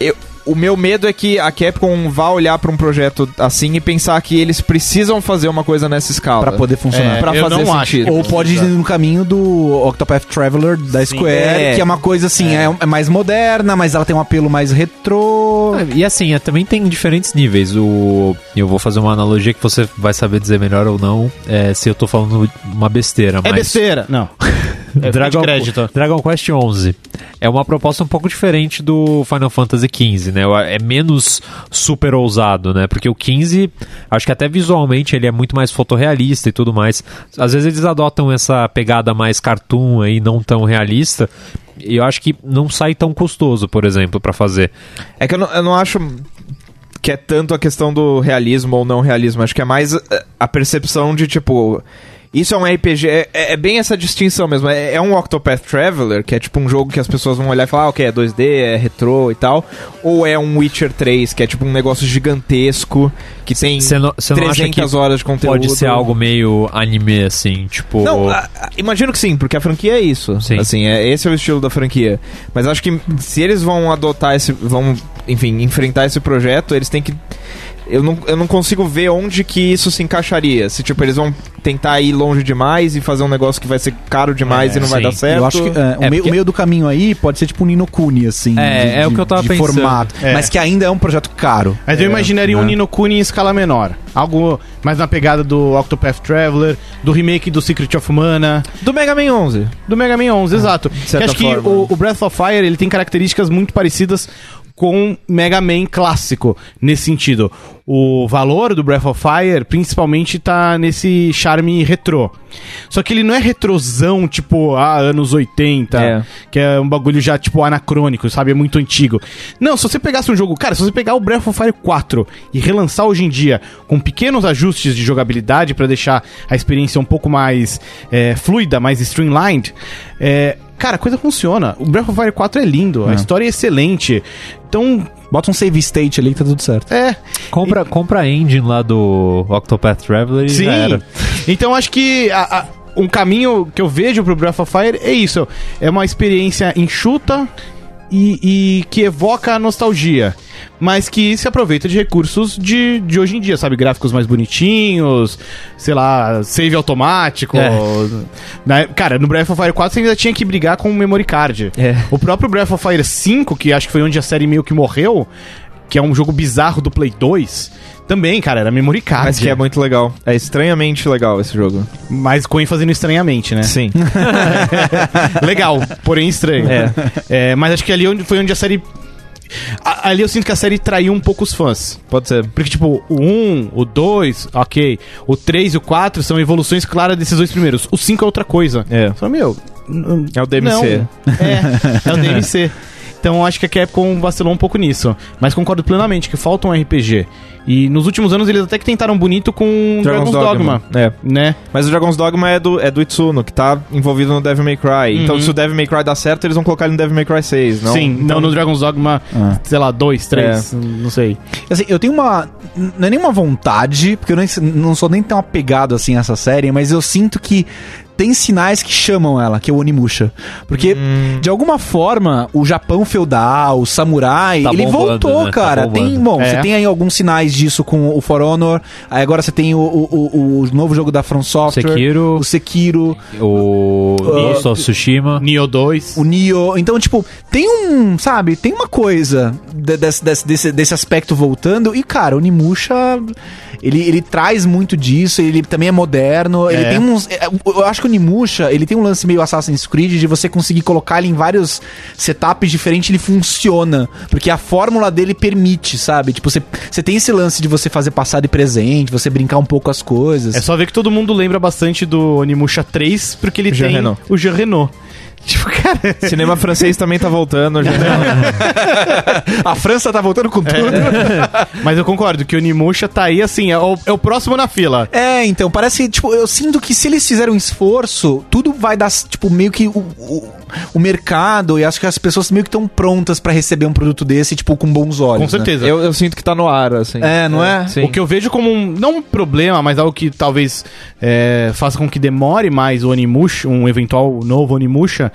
[SPEAKER 2] Eu, o meu medo é que a Capcom vá olhar pra um projeto assim e pensar que eles precisam fazer uma coisa nessa escala.
[SPEAKER 4] Pra poder funcionar.
[SPEAKER 1] É,
[SPEAKER 2] pra
[SPEAKER 1] eu
[SPEAKER 2] fazer
[SPEAKER 1] não acho
[SPEAKER 2] sentido.
[SPEAKER 4] Ou pode ir no caminho do Octopath Traveler da
[SPEAKER 1] Sim.
[SPEAKER 4] Square,
[SPEAKER 2] É.
[SPEAKER 4] que é uma coisa assim, é. é mais moderna, mas ela tem um apelo mais retrô.
[SPEAKER 3] Ah, E assim, é, também tem diferentes níveis. O, eu vou fazer uma analogia que você vai saber dizer melhor ou não é, se eu tô falando uma besteira.
[SPEAKER 1] É
[SPEAKER 3] mas
[SPEAKER 1] besteira. Não. É
[SPEAKER 3] Dragon,
[SPEAKER 1] de crédito.
[SPEAKER 3] Dragon Quest 11 é uma proposta um pouco diferente do Final Fantasy 15, né? É menos super ousado, né? Porque o 15, acho que até visualmente ele é muito mais fotorrealista e tudo mais. Às vezes eles adotam essa pegada mais cartoon aí, não tão realista. E eu acho que não sai tão custoso, por exemplo, pra fazer.
[SPEAKER 2] É que eu não, eu não acho que é tanto a questão do realismo ou não realismo. Acho que é mais eh, a percepção de, tipo... Isso é um RPG, é, é bem essa distinção mesmo. É, é um Octopath Traveler, que é tipo um jogo que as pessoas vão olhar e falar, ah, ok, é 2D, é retrô e tal. Ou é um Witcher 3, que é tipo um negócio gigantesco, que tem
[SPEAKER 3] Você não, você não acha que
[SPEAKER 2] 300 horas de conteúdo.
[SPEAKER 3] pode ser algo meio anime, assim, tipo...
[SPEAKER 2] Não, a- a- imagino que sim, porque a franquia é isso.
[SPEAKER 3] Sim.
[SPEAKER 2] Assim, é, esse é o estilo da franquia. Mas acho que se eles vão adotar esse. vão, enfim, enfrentar esse projeto, eles têm que. Eu não, eu não consigo ver onde que isso se encaixaria. Se, tipo, eles vão tentar ir longe demais e fazer um negócio que vai ser caro demais
[SPEAKER 3] É,
[SPEAKER 2] e não vai
[SPEAKER 3] sim.
[SPEAKER 2] dar certo.
[SPEAKER 4] Eu acho que é, o,
[SPEAKER 3] É,
[SPEAKER 4] meio,
[SPEAKER 3] porque-
[SPEAKER 4] o meio do caminho aí pode ser tipo um Nino Kuni, assim.
[SPEAKER 3] É, é o que eu tava
[SPEAKER 4] de
[SPEAKER 3] pensando.
[SPEAKER 4] formato.
[SPEAKER 1] É.
[SPEAKER 4] Mas que ainda é um projeto caro.
[SPEAKER 1] Mas eu imaginaria um
[SPEAKER 4] né?
[SPEAKER 1] Nino Kuni em escala menor. Algo mais na pegada do Octopath Traveler, do remake do Secret of Mana,
[SPEAKER 2] Do Mega Man 11.
[SPEAKER 1] do Mega Man 11, exato. Que
[SPEAKER 2] certa
[SPEAKER 1] acho que
[SPEAKER 2] forma.
[SPEAKER 1] o, o Breath of Fire ele tem características muito parecidas com Mega Man clássico, nesse sentido. O valor do Breath of Fire principalmente tá nesse charme retrô. Só que ele não é retrozão, tipo, ah, anos 80,
[SPEAKER 2] É.
[SPEAKER 1] que é um bagulho já, tipo, anacrônico, sabe? É muito antigo. Não, se você pegasse um jogo, cara, se você pegar o Breath of Fire 4 e relançar hoje em dia com pequenos ajustes de jogabilidade pra deixar a experiência um pouco mais é, fluida, mais streamlined, é, cara, a coisa funciona. O Breath of Fire 4 é lindo, a história é excelente. Então,
[SPEAKER 4] Bota um save state ali que tá tudo certo.
[SPEAKER 1] é,
[SPEAKER 3] Compra, compra a engine lá do Octopath Traveler e
[SPEAKER 1] Sim.
[SPEAKER 3] já era.
[SPEAKER 1] Então acho que a- a- um caminho que eu vejo pro Breath of Fire é isso. É uma experiência enxuta e, e que evoca a nostalgia. Mas que se aproveita de recursos de, de hoje em dia, sabe? Gráficos mais bonitinhos, sei lá, save automático.
[SPEAKER 3] É.
[SPEAKER 1] Na- cara, no Breath of Fire 4 você ainda tinha que brigar com o memory card.
[SPEAKER 2] É.
[SPEAKER 1] O próprio Breath of Fire 5, que acho que foi onde a série meio que morreu, que é um jogo bizarro do Play 2, também, cara, era memory card.
[SPEAKER 2] Mas que é muito legal. É estranhamente legal esse jogo.
[SPEAKER 1] Mas com ênfase no estranhamente, né?
[SPEAKER 2] Sim.
[SPEAKER 1] [laughs] Legal, porém estranho.
[SPEAKER 2] É.
[SPEAKER 1] É, mas acho que ali onde- foi onde a série. a- ali eu sinto que a série traiu um pouco os fãs.
[SPEAKER 2] Pode ser.
[SPEAKER 1] Porque, tipo, o 1, o 2, ok. O 3 e o 4 são evoluções claras desses dois primeiros. O 5 é outra coisa.
[SPEAKER 2] É.
[SPEAKER 1] Eu falei, meu. n-
[SPEAKER 2] É o DMC.
[SPEAKER 1] Não. É, é o DMC. Então acho que a Capcom vacilou um pouco nisso. Mas concordo plenamente que falta um RPG. E nos últimos anos eles até que tentaram bonito com Dragon's, Dogma.
[SPEAKER 2] É.
[SPEAKER 1] Né?
[SPEAKER 2] Mas o Dragon's Dogma é do, é do Itsuno, que tá envolvido no Devil May Cry. Então,
[SPEAKER 1] Uhum.
[SPEAKER 2] se o Devil May Cry dá certo, eles vão colocar ele no Devil May Cry 6, não?
[SPEAKER 1] Sim, não Então- É. no Dragon's Dogma,
[SPEAKER 4] Ah.
[SPEAKER 1] sei lá, 2, 3, não sei.
[SPEAKER 4] Assim, eu tenho uma. Não é nenhuma vontade, porque eu nem- não sou nem tão apegado assim a essa série, mas eu sinto que tem sinais que chamam ela, que é o Onimusha. Porque,
[SPEAKER 3] Hum.
[SPEAKER 4] de alguma forma, o Japão feudal, o samurai,
[SPEAKER 3] Tá
[SPEAKER 4] ele
[SPEAKER 3] bombando,
[SPEAKER 4] voltou,
[SPEAKER 3] né? Tá
[SPEAKER 4] cara.
[SPEAKER 3] bombando.
[SPEAKER 4] tem, bom,
[SPEAKER 1] É.
[SPEAKER 4] você tem aí alguns sinais disso com o For Honor, aí agora você tem o, o- o- o novo jogo da From Software,
[SPEAKER 3] Sekiro,
[SPEAKER 4] o Sekiro.
[SPEAKER 3] o
[SPEAKER 4] Ah.
[SPEAKER 3] Ghost of Tsushima.
[SPEAKER 1] Nioh 2.
[SPEAKER 4] O Nioh. Então, tipo, tem um, sabe, tem uma coisa de- desse, desse, desse, desse aspecto voltando. E, cara, o Nimusha, ele, ele traz muito disso, ele também é moderno. Ele
[SPEAKER 1] É.
[SPEAKER 4] tem uns. é, Eu acho que o Nimusha, ele tem um lance meio Assassin's Creed de você conseguir colocar ele em vários setups diferentes, ele funciona. Porque a fórmula dele permite, sabe? Tipo, você, você tem esse lance de você fazer passado e presente, você brincar um pouco com as coisas.
[SPEAKER 1] É só ver que todo mundo lembra bastante do Onimusha 3, porque ele
[SPEAKER 2] Jean
[SPEAKER 1] tem
[SPEAKER 2] Reno.
[SPEAKER 1] o Jean Reno. [laughs] Tipo, cara,
[SPEAKER 2] [laughs] Cinema francês também tá voltando. já.
[SPEAKER 4] A França tá voltando com
[SPEAKER 1] É.
[SPEAKER 4] tudo.
[SPEAKER 1] mas eu concordo que o Onimusha tá aí, assim, é o, é o próximo na fila.
[SPEAKER 4] É, então, parece, tipo, eu sinto que se eles fizerem um esforço, tudo vai dar, tipo, meio que o, o, o mercado, e acho que as pessoas meio que estão prontas pra receber um produto desse, tipo, com bons olhos.
[SPEAKER 1] Com certeza.
[SPEAKER 2] eu, eu sinto que tá no ar, assim.
[SPEAKER 4] Né? É, não é?
[SPEAKER 2] Sim.
[SPEAKER 1] O que eu vejo como um, não um problema, mas algo que talvez é, faça com que demore mais o Onimusha, um eventual novo Onimusha,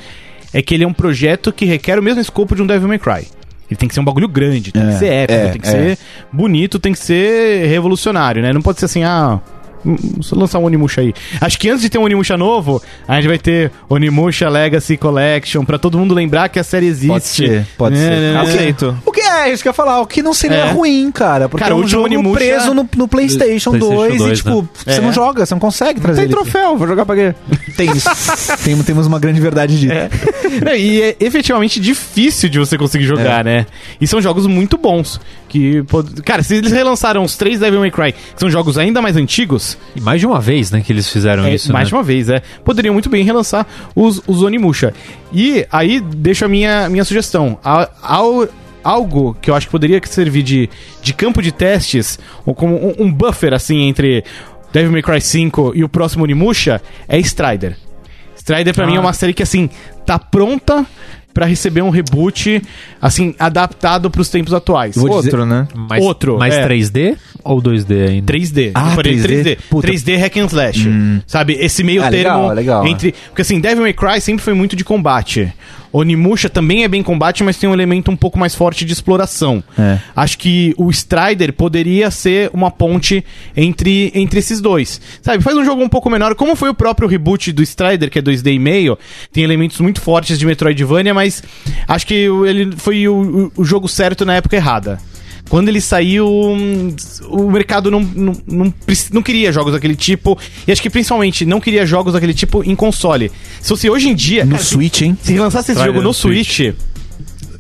[SPEAKER 1] é que ele é um projeto que requer o mesmo escopo de um Devil May Cry. Ele tem que ser um bagulho grande, tem
[SPEAKER 4] É,
[SPEAKER 1] que ser épico,
[SPEAKER 4] é,
[SPEAKER 1] tem que
[SPEAKER 4] é.
[SPEAKER 1] ser bonito, tem que ser revolucionário, né? Não pode ser assim, ah. hum, só lançar um Onimusha aí. Acho que antes de ter um Onimusha novo, a gente vai ter Onimusha Legacy Collection, pra todo mundo lembrar que a série existe.
[SPEAKER 4] Pode ser, pode
[SPEAKER 1] Né,
[SPEAKER 4] ser. Ah,
[SPEAKER 1] né, né.
[SPEAKER 2] Tá Aceito.
[SPEAKER 4] O que é, isso que eu ia falar, o que não seria
[SPEAKER 1] É.
[SPEAKER 4] ruim, cara. Porque
[SPEAKER 1] Cara,
[SPEAKER 4] é
[SPEAKER 1] o
[SPEAKER 4] um
[SPEAKER 1] último
[SPEAKER 4] jogo
[SPEAKER 1] Onimusha-
[SPEAKER 4] preso no, no
[SPEAKER 3] PlayStation
[SPEAKER 4] PlayStation,
[SPEAKER 3] né?
[SPEAKER 4] 2, e
[SPEAKER 3] 2,
[SPEAKER 4] tipo, você
[SPEAKER 1] É.
[SPEAKER 4] não joga, você não consegue trazer
[SPEAKER 2] Tem
[SPEAKER 4] ele.
[SPEAKER 2] troféu, vou jogar pra quê?
[SPEAKER 4] Tem isso.
[SPEAKER 1] [laughs]
[SPEAKER 4] Tem- temos uma grande verdade dita.
[SPEAKER 1] Não, e é efetivamente difícil de você conseguir jogar, né? E são jogos muito bons. Que, pod- Cara, se eles relançaram os três Devil May Cry, que são jogos ainda mais antigos,
[SPEAKER 3] E mais de uma vez, né, que eles fizeram
[SPEAKER 1] é,
[SPEAKER 3] isso.
[SPEAKER 1] mais
[SPEAKER 3] né?
[SPEAKER 1] de uma vez, é, poderiam muito bem relançar os, os Onimusha. E aí deixo a minha, minha sugestão. A- ao- algo que eu acho que poderia servir de, de campo de testes, ou como um, um buffer, assim, entre Devil May Cry 5 e o próximo Onimusha, é Strider. Strider pra mim é uma série que assim tá pronta pra receber um reboot assim adaptado pros tempos atuais.
[SPEAKER 4] Vou
[SPEAKER 2] Outro,
[SPEAKER 4] dizer-
[SPEAKER 2] né?
[SPEAKER 3] Mais,
[SPEAKER 1] Outro,
[SPEAKER 3] Mais
[SPEAKER 1] é.
[SPEAKER 3] 3D ou 2D ainda?
[SPEAKER 1] 3D.
[SPEAKER 4] Ah,
[SPEAKER 1] eu falei
[SPEAKER 4] 3D.
[SPEAKER 1] 3D.
[SPEAKER 4] Puta. Hum.
[SPEAKER 1] 3D hack and slash. Sabe? Esse meio
[SPEAKER 4] Ah,
[SPEAKER 1] termo
[SPEAKER 4] legal, legal.
[SPEAKER 1] entre... Porque assim, Devil May Cry sempre foi muito de combate. Onimusha também é bem combate, mas tem um elemento um pouco mais forte de exploração.
[SPEAKER 4] É.
[SPEAKER 1] Acho que o Strider poderia ser uma ponte entre, entre esses dois. Sabe, faz um jogo um pouco menor, como foi o próprio reboot do Strider, que é 2D e meio, tem elementos muito fortes de Metroidvania, mas acho que o- ele foi o, o- o jogo certo na época errada. Quando ele saiu, hum, o mercado não, não, não, preci- não queria jogos daquele tipo. E acho que principalmente não queria jogos daquele tipo em console. Se fosse hoje em dia.
[SPEAKER 4] No
[SPEAKER 1] cara, se-
[SPEAKER 4] Switch, hein?
[SPEAKER 1] se lançasse esse
[SPEAKER 3] Strider
[SPEAKER 1] jogo no
[SPEAKER 3] no
[SPEAKER 1] Switch,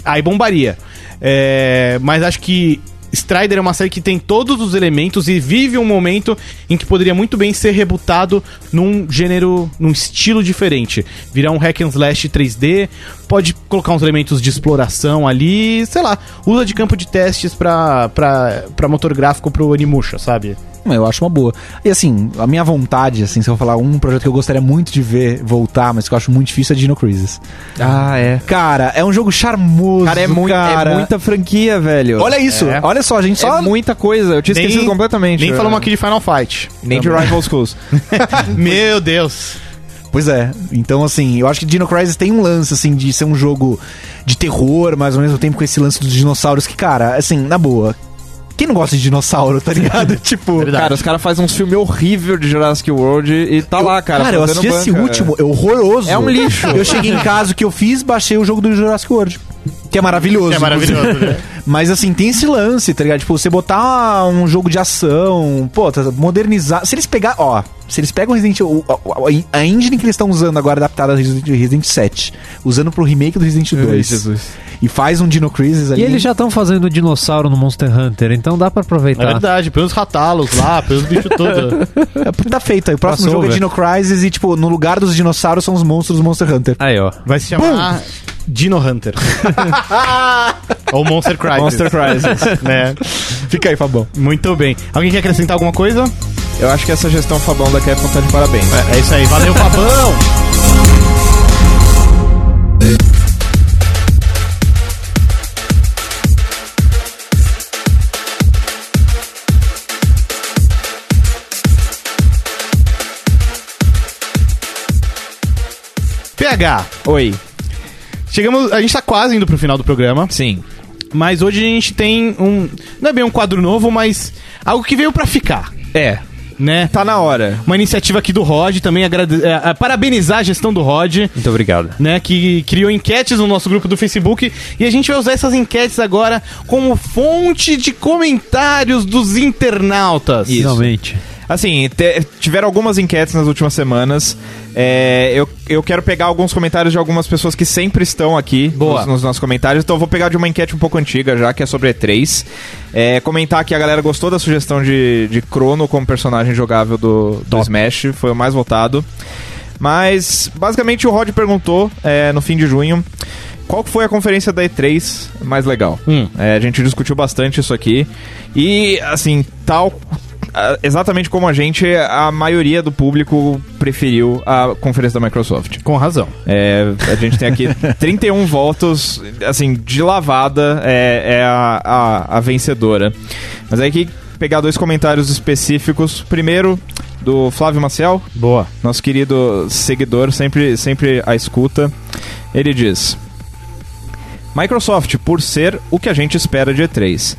[SPEAKER 1] aí bombaria. É, mas acho que Strider é uma série que tem todos os elementos e vive um momento em que poderia muito bem ser rebutado num gênero, num estilo diferente. Virar um hack and slash 3D, pode colocar uns elementos de exploração ali, sei lá, usa de campo de testes pra, pra, pra motor gráfico pro Animusha, sabe?
[SPEAKER 4] Hum, Eu acho uma boa. E assim, a minha vontade, assim, se eu falar um projeto que eu gostaria muito de ver voltar, mas que eu acho muito difícil, é Dino Crisis.
[SPEAKER 2] Ah, é.
[SPEAKER 4] Cara, é um jogo charmoso,
[SPEAKER 2] Cara, é, muito, é muita franquia, velho.
[SPEAKER 4] Olha isso,
[SPEAKER 2] É.
[SPEAKER 4] olha só, a gente só...
[SPEAKER 2] É muita coisa, eu tinha
[SPEAKER 1] Nem-
[SPEAKER 2] esquecido completamente.
[SPEAKER 1] Nem
[SPEAKER 2] velho.
[SPEAKER 1] falamos aqui de Final Fight. É.
[SPEAKER 2] Nem de Rival Schools.
[SPEAKER 1] Meu Deus.
[SPEAKER 4] Pois é. Então, assim, eu acho que Dino Crisis tem um lance, assim, de ser um jogo de terror, mas ao mesmo tempo com esse lance dos dinossauros, que, cara, assim, na boa. Quem não gosta de dinossauro, tá ligado? [laughs] tipo.
[SPEAKER 2] Cara, os caras fazem uns filmes horríveis de Jurassic World e tá lá, cara.
[SPEAKER 4] eu
[SPEAKER 2] fazendo
[SPEAKER 4] assisti esse
[SPEAKER 2] banca.
[SPEAKER 4] último, é horroroso.
[SPEAKER 2] É um lixo.
[SPEAKER 4] Eu cheguei em casa, o que eu fiz, baixei o jogo do Jurassic World. Que é maravilhoso.
[SPEAKER 1] É maravilhoso, né?
[SPEAKER 4] [laughs] Mas assim, tem esse lance, tá ligado? Tipo, você botar um jogo de ação, pô, tá- modernizar. Se eles pegar, ó, se eles pegam Resident Evil, a a engine que eles estão usando agora adaptada ao Resident Resident 7, usando pro remake do Resident
[SPEAKER 2] Ai,
[SPEAKER 4] 2,
[SPEAKER 2] É. Jesus.
[SPEAKER 4] e faz um Dino Crisis ali.
[SPEAKER 3] E eles já estão fazendo dinossauro no Monster Hunter, então dá pra
[SPEAKER 1] É
[SPEAKER 3] aproveitar.
[SPEAKER 1] verdade, pelos ratalos lá, pelos bichos [laughs] todos.
[SPEAKER 4] Tá feito aí. O próximo
[SPEAKER 2] né?
[SPEAKER 4] jogo é Dino Crisis e, tipo, no lugar dos dinossauros são os monstros do Monster Hunter.
[SPEAKER 3] Aí, ó.
[SPEAKER 1] Vai se chamar Dino
[SPEAKER 2] [laughs]
[SPEAKER 1] Hunter. Ou Monster Crisis.
[SPEAKER 2] Monster Crisis.
[SPEAKER 1] Né?
[SPEAKER 4] Fica aí, Fabão.
[SPEAKER 1] Muito bem. Alguém quer acrescentar alguma coisa?
[SPEAKER 2] Eu acho que essa gestão Fabão da Capcom tá de parabéns.
[SPEAKER 1] É isso aí. Valeu, Fabão! PH,
[SPEAKER 2] Oi.
[SPEAKER 1] chegamos, a gente tá quase indo pro final do programa.
[SPEAKER 2] Sim.
[SPEAKER 1] Mas hoje a gente tem um. Não é bem um quadro novo, mas algo que veio pra ficar,
[SPEAKER 2] É.
[SPEAKER 1] né?
[SPEAKER 2] Tá na hora.
[SPEAKER 1] Uma iniciativa aqui do Rod, também agrade... é, é, parabenizar a gestão do Rod,
[SPEAKER 3] Muito obrigado.
[SPEAKER 1] né? Que criou enquetes no nosso grupo do Facebook. E a gente vai usar essas enquetes agora como fonte de comentários dos internautas.
[SPEAKER 3] Finalmente.
[SPEAKER 2] Assim, te- tiveram algumas enquetes nas últimas semanas. É, eu, eu quero pegar alguns comentários de algumas pessoas que sempre estão aqui
[SPEAKER 1] Boa.
[SPEAKER 2] Nos, nos nossos comentários. Então eu vou pegar de uma enquete um pouco antiga já, que é sobre E3. É, comentar que a galera gostou da sugestão de, de Crono como personagem jogável do, do Smash. Foi o mais votado. Mas, basicamente, o Rod perguntou é, no fim de junho qual que foi a conferência da E3 mais legal.
[SPEAKER 1] Hum.
[SPEAKER 2] É, a gente discutiu bastante isso aqui. E, assim, tal. ah, Exatamente como a gente, a maioria do público preferiu a conferência da Microsoft.
[SPEAKER 1] Com razão.
[SPEAKER 2] É, a gente tem aqui 31 votos, assim, de lavada é, é a, a, a vencedora. Mas aí que pegar dois comentários específicos. Primeiro, do Flávio Maciel,
[SPEAKER 1] Boa.
[SPEAKER 2] nosso querido seguidor, sempre, sempre a escuta. Ele diz: Microsoft, por ser o que a gente espera de E3.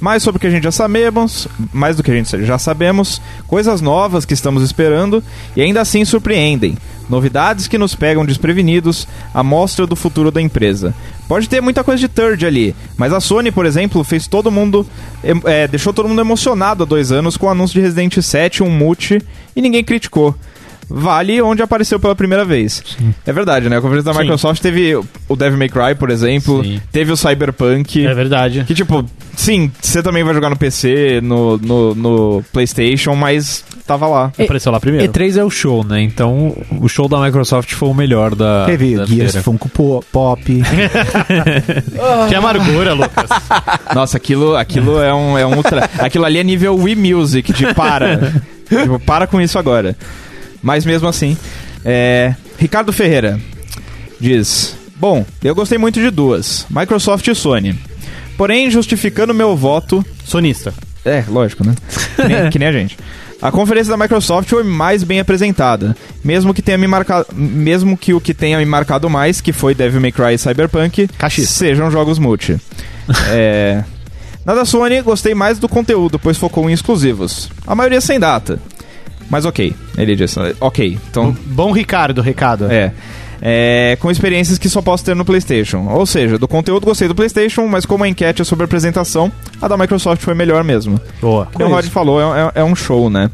[SPEAKER 2] Mais sobre o que a gente já sabemos, mais do que a gente já sabemos, coisas novas que estamos esperando e ainda assim surpreendem. Novidades que nos pegam desprevenidos, a mostra do futuro da empresa. Pode ter muita coisa de third ali, mas a Sony, por exemplo, fez todo mundo. em- é, deixou todo mundo emocionado há dois anos com o anúncio de Resident 7, um multi, e ninguém criticou. Vale onde apareceu pela primeira vez. É verdade, né? A conferência da
[SPEAKER 1] Sim.
[SPEAKER 2] Microsoft teve o Devil May Cry, por exemplo,
[SPEAKER 3] Sim.
[SPEAKER 2] teve o Cyberpunk.
[SPEAKER 1] É verdade.
[SPEAKER 2] Que tipo, sim, você também vai jogar no PC, no, no, no PlayStation, mas tava lá.
[SPEAKER 1] Apareceu lá primeiro.
[SPEAKER 3] E3 é o show, né? Então o show da Microsoft foi o melhor da.
[SPEAKER 4] Teve
[SPEAKER 3] da
[SPEAKER 1] Ah,
[SPEAKER 4] Gears,
[SPEAKER 1] tá,
[SPEAKER 3] feira.
[SPEAKER 4] Funko Po- Pop.
[SPEAKER 1] Que amargura, [laughs] Lucas.
[SPEAKER 2] Nossa, aquilo, aquilo é um, é um
[SPEAKER 1] [laughs]
[SPEAKER 2] ultra. aquilo ali é nível Wii Music, de para. tipo, para com isso agora. Mas mesmo assim. é, Ricardo Ferreira diz: Bom, eu gostei muito de duas: Microsoft e Sony. Porém, justificando meu voto,
[SPEAKER 1] Sonista.
[SPEAKER 2] É, lógico, né? Que nem, que nem a gente. A conferência da Microsoft foi mais bem apresentada, mesmo que tenha me marcado, mesmo que o que tenha me marcado mais, que foi Devil May Cry e Cyberpunk,
[SPEAKER 1] Cachista.
[SPEAKER 2] sejam jogos multi. é... Na da Sony, gostei mais do conteúdo, pois focou em exclusivos. A maioria sem data. Mas ok, ele disse. Ok, então
[SPEAKER 1] Bom Ricardo, recado.
[SPEAKER 2] é. É, com experiências que só posso ter no PlayStation. Ou seja, do conteúdo gostei do PlayStation, mas como a enquete é sobre apresentação, a da Microsoft foi melhor mesmo.
[SPEAKER 1] Boa.
[SPEAKER 2] Como o Rod falou, é, é- é um show, né?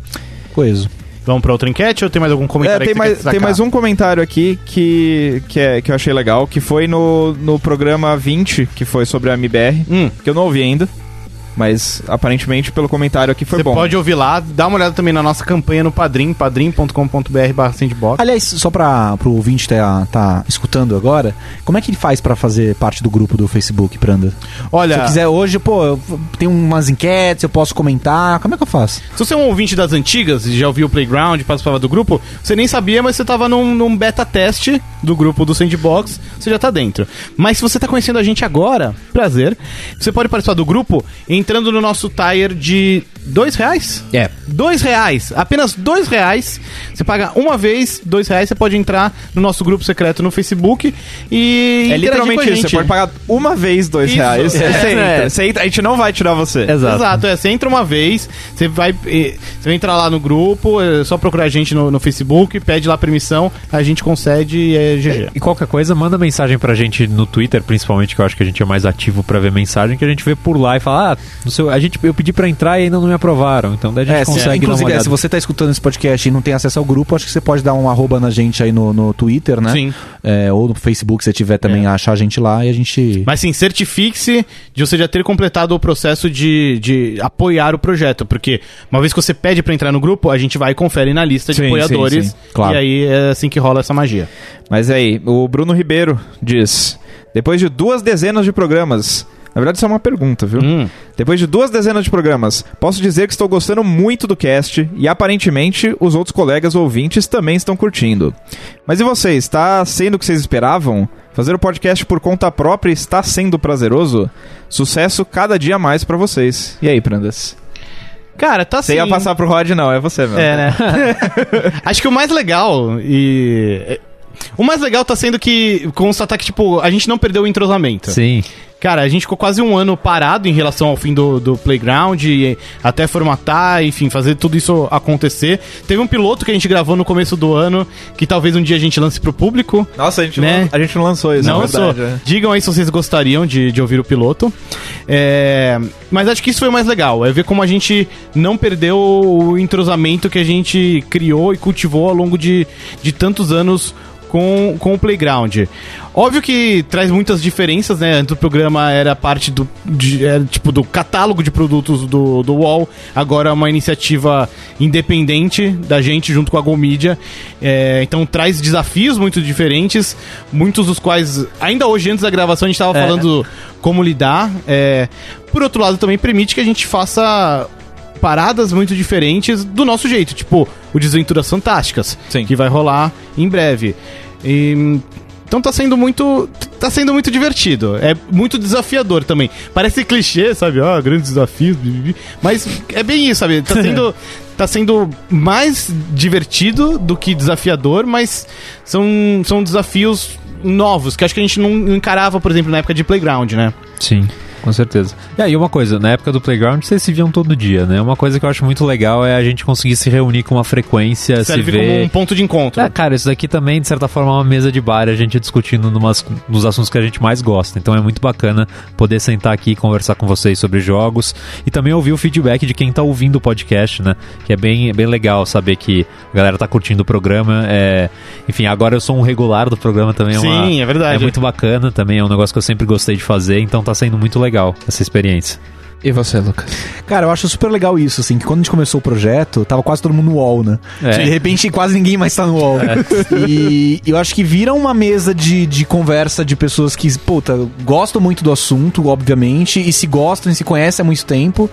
[SPEAKER 4] Coeso.
[SPEAKER 1] Vamos pra outra enquete ou tem mais algum
[SPEAKER 2] É,
[SPEAKER 1] comentário que
[SPEAKER 2] tem,
[SPEAKER 1] você
[SPEAKER 2] mais,
[SPEAKER 1] quer
[SPEAKER 2] tem
[SPEAKER 1] destacar?
[SPEAKER 2] mais um comentário aqui que, que, é- que eu achei legal, que foi no, no programa 20, que foi sobre a MBR,
[SPEAKER 1] Hum.
[SPEAKER 2] que eu não ouvi ainda, mas aparentemente pelo comentário aqui foi
[SPEAKER 1] Você
[SPEAKER 2] bom.
[SPEAKER 1] pode ouvir lá, dá uma olhada também na nossa campanha no Padrim, padrim.com.br barra sandbox.
[SPEAKER 4] Aliás, só para pro ouvinte tá, tá escutando agora, como é que ele faz pra fazer parte do grupo do Facebook, Pranda?
[SPEAKER 1] Olha,
[SPEAKER 4] Se eu quiser hoje, pô, eu f- tem umas enquetes, eu posso comentar, como é que eu faço?
[SPEAKER 1] Se você é um ouvinte das antigas e já ouviu o Playground, participava do grupo, você nem sabia, mas você tava num, num beta teste do grupo do Sandbox, você já tá dentro. Mas se você tá conhecendo a gente agora, prazer, você pode participar do grupo entrando no nosso tier de dois reais?
[SPEAKER 3] É.
[SPEAKER 1] Dois reais, apenas dois reais. Você paga uma vez, dois reais, você pode entrar no nosso grupo secreto no Facebook e
[SPEAKER 2] É
[SPEAKER 1] interagir com a
[SPEAKER 2] literalmente isso,
[SPEAKER 1] gente.
[SPEAKER 2] você pode pagar uma vez dois
[SPEAKER 1] Isso,
[SPEAKER 2] reais.
[SPEAKER 1] é.
[SPEAKER 2] Você entra,
[SPEAKER 1] É.
[SPEAKER 2] você entra, a gente não vai tirar você.
[SPEAKER 1] Exato. é. Você entra uma vez, você vai, eh, você vai entrar lá no grupo, é só procurar a gente no, no Facebook, pede lá permissão, a gente concede e é GG.
[SPEAKER 3] E qualquer coisa, manda mensagem pra gente no Twitter, principalmente, que eu acho que a gente é mais ativo pra ver mensagem, que a gente vê por lá e fala, ah, não sei, a gente, eu pedi pra entrar e ainda não me aprovaram. Então daí a gente
[SPEAKER 4] É, se,
[SPEAKER 3] consegue dar uma
[SPEAKER 4] inclusive, é,
[SPEAKER 3] olhada.
[SPEAKER 4] se você tá escutando esse podcast e não tem acesso ao grupo, acho que você pode dar um arroba na gente aí no, no Twitter, né?
[SPEAKER 1] Sim.
[SPEAKER 4] É, ou no Facebook, se você tiver também,
[SPEAKER 3] É.
[SPEAKER 4] achar a gente lá e a gente...
[SPEAKER 1] Mas sim, certifique-se de você já ter completado o processo de, de apoiar o projeto, porque uma vez que você pede pra entrar no grupo, a gente vai e confere na lista de
[SPEAKER 2] Sim,
[SPEAKER 1] apoiadores,
[SPEAKER 2] sim, sim,
[SPEAKER 4] claro.
[SPEAKER 1] e aí é assim que rola essa magia.
[SPEAKER 2] Mas é aí, o Bruno Ribeiro diz: Depois de duas dezenas de programas. Na verdade, isso é uma pergunta, viu?
[SPEAKER 1] Hum.
[SPEAKER 2] Depois de duas dezenas de programas, posso dizer que estou gostando muito do cast e aparentemente os outros colegas ouvintes também estão curtindo. Mas e vocês, está sendo o que vocês esperavam? Fazer o podcast por conta própria está sendo prazeroso? Sucesso cada dia mais pra vocês. E aí, Prandas?
[SPEAKER 1] Cara, tá
[SPEAKER 2] Você
[SPEAKER 1] sim.
[SPEAKER 2] ia passar pro Rod, não, é você mesmo.
[SPEAKER 1] É, né? [laughs] Acho que o mais legal e. é, O mais legal tá sendo que, constatar que, tipo, a gente não perdeu o entrosamento.
[SPEAKER 3] Sim.
[SPEAKER 1] Cara, a gente ficou quase um ano parado em relação ao fim do, do Playground, e até formatar, enfim, fazer tudo isso acontecer. Teve um piloto que a gente gravou no começo do ano, que talvez um dia a gente lance pro público.
[SPEAKER 2] Nossa, a gente,
[SPEAKER 1] Né?
[SPEAKER 2] não, a gente não lançou isso,
[SPEAKER 1] Não
[SPEAKER 2] é
[SPEAKER 1] sou.
[SPEAKER 2] verdade. né?
[SPEAKER 1] Digam aí se vocês gostariam de, de ouvir o piloto. É, mas acho que isso foi o mais legal. É ver como a gente não perdeu o entrosamento que a gente criou e cultivou ao longo de, de tantos anos. Com, com o Playground. Óbvio que traz muitas diferenças, né? Antes o programa era parte do, de- era, tipo, do catálogo de produtos do, do UOL, agora é uma iniciativa independente da gente junto com a GoMedia. É, então traz desafios muito diferentes, muitos dos quais, ainda hoje, antes da gravação, a gente estava falando como lidar. É, por outro lado, também permite que a gente faça paradas muito diferentes do nosso jeito, tipo o Desventuras Fantásticas,
[SPEAKER 2] Sim.
[SPEAKER 1] que vai rolar em breve. E, então tá sendo muito. tá sendo muito divertido. É muito desafiador também. Parece clichê, sabe? Ah, grandes desafios, bi, bi, bi. mas é bem isso, sabe? Tá sendo. Tá sendo mais divertido do que desafiador, mas são, são desafios novos, que eu acho que a gente não encarava, por exemplo, na época de Playground, né?
[SPEAKER 3] Sim, com certeza. É, E aí, uma coisa, na época do Playground, vocês se viam todo dia, né? Uma coisa que eu acho muito legal é a gente conseguir se reunir com uma frequência,
[SPEAKER 1] Serve
[SPEAKER 3] É, se ver.
[SPEAKER 1] como um ponto de encontro.
[SPEAKER 3] É, cara, isso daqui também, de certa forma, é uma mesa de bar, a gente discutindo numas, nos assuntos que a gente mais gosta. Então é muito bacana poder sentar aqui e conversar com vocês sobre jogos e também ouvir o feedback de quem tá ouvindo o podcast, né? Que é bem, é bem legal saber que a galera tá curtindo o programa. é, Enfim, agora eu sou um regular do programa também. é uma-
[SPEAKER 1] Sim, é verdade.
[SPEAKER 3] É muito bacana também, é um negócio que eu sempre gostei de fazer, então tá sendo muito legal essa experiência.
[SPEAKER 2] E você, Lucas?
[SPEAKER 4] Cara, eu acho super legal isso, assim, que quando a gente começou o projeto, tava quase todo mundo no UOL, né?
[SPEAKER 3] É.
[SPEAKER 4] De repente, quase ninguém mais tá no UOL. E eu acho que vira uma mesa de, de conversa de pessoas que, puta, gostam muito do assunto, obviamente, e se gostam e se conhecem há muito tempo.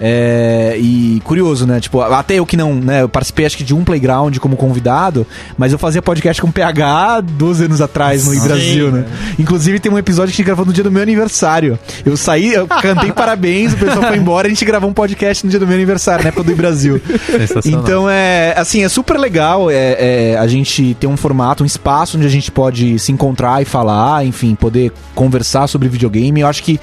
[SPEAKER 4] É, e curioso, né? Tipo, até eu que não, né? Eu participei acho que de um playground como convidado, mas eu fazia podcast com o PH 12 anos atrás no Brasil, né? Inclusive tem um episódio que a gente gravou no dia do meu aniversário. Eu saí, eu cantei parabéns, o pessoal foi embora e a gente gravou um podcast no dia do meu aniversário, na época do Brasil.
[SPEAKER 3] Sensacional.
[SPEAKER 4] Então é assim, é super legal é, é, a gente ter um formato, um espaço onde a gente pode se encontrar e falar, enfim, poder conversar sobre videogame. Eu acho que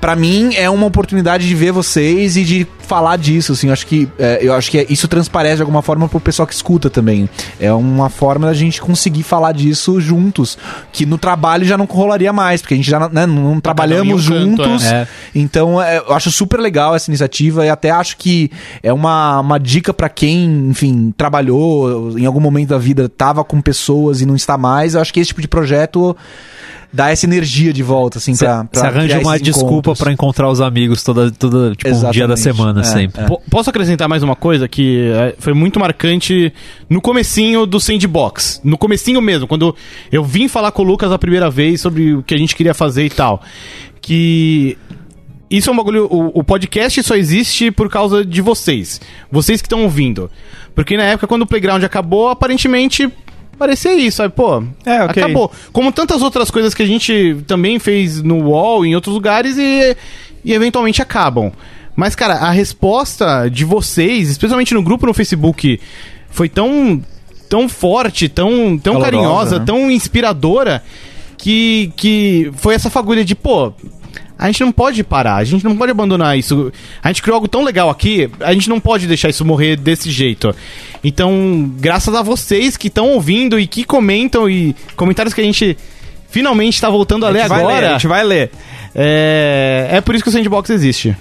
[SPEAKER 4] pra mim é uma oportunidade de ver vocês e de falar disso, assim, eu acho que é, eu acho que é- isso transparece de alguma forma pro pessoal que escuta também. É uma forma da gente conseguir falar disso juntos, que no trabalho já não rolaria mais, porque a gente já né, não
[SPEAKER 1] em um
[SPEAKER 4] trabalhamos
[SPEAKER 1] canto,
[SPEAKER 4] juntos.
[SPEAKER 3] é. É.
[SPEAKER 4] Então, é, eu acho super legal essa iniciativa e até acho que é uma, uma dica pra quem, enfim, trabalhou em algum momento da vida, tava com pessoas e não está mais. Eu acho que esse tipo de projeto dá essa energia de volta, assim, pra, pra
[SPEAKER 3] Você arranja
[SPEAKER 4] criar
[SPEAKER 3] uma
[SPEAKER 4] esses
[SPEAKER 3] desculpa
[SPEAKER 4] encontros.
[SPEAKER 3] pra encontrar os amigos toda, toda tipo, um dia da
[SPEAKER 4] Exatamente.
[SPEAKER 3] semana
[SPEAKER 4] É,
[SPEAKER 3] sempre.
[SPEAKER 1] Po- Posso acrescentar mais uma coisa que eh, foi muito marcante no comecinho do Sandbox. No comecinho mesmo, quando eu vim falar com o Lucas a primeira vez sobre o que a gente queria fazer e tal. Que isso é um bagulho. O, o podcast só existe por causa de vocês. Vocês que estão ouvindo. Porque na época, quando o Playground acabou, aparentemente. Parecia isso, aí, pô.
[SPEAKER 2] É, ok.
[SPEAKER 1] Acabou. Como tantas outras coisas que a gente também fez no UOL, em outros lugares, e, e eventualmente acabam. Mas, cara, a resposta de vocês, especialmente no grupo no Facebook, foi tão, tão forte, tão, tão
[SPEAKER 4] Calorosa,
[SPEAKER 1] carinhosa,
[SPEAKER 4] né?
[SPEAKER 1] tão inspiradora que, que foi essa fagulha de, pô, a gente não pode parar, a gente não pode abandonar isso. A gente criou algo tão legal aqui, a gente não pode deixar isso morrer desse jeito. Então, graças a vocês que estão ouvindo e que comentam e comentários que a gente finalmente tá voltando a, ler
[SPEAKER 2] a gente vai
[SPEAKER 1] agora.
[SPEAKER 2] ler, a gente vai ler.
[SPEAKER 1] É, é por isso que o Sandbox existe.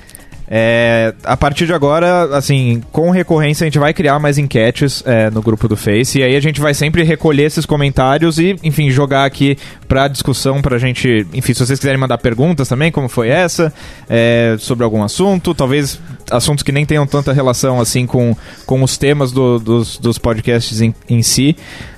[SPEAKER 2] É, a partir de agora, assim, com recorrência, a gente vai criar mais enquetes é, no grupo do Face. E aí a gente vai sempre recolher esses comentários e, enfim, jogar aqui pra discussão, pra gente. Enfim, se vocês quiserem mandar perguntas também, como foi essa, é, sobre algum assunto, talvez assuntos que nem tenham tanta relação assim com, com os temas do- dos, dos podcasts em, em si.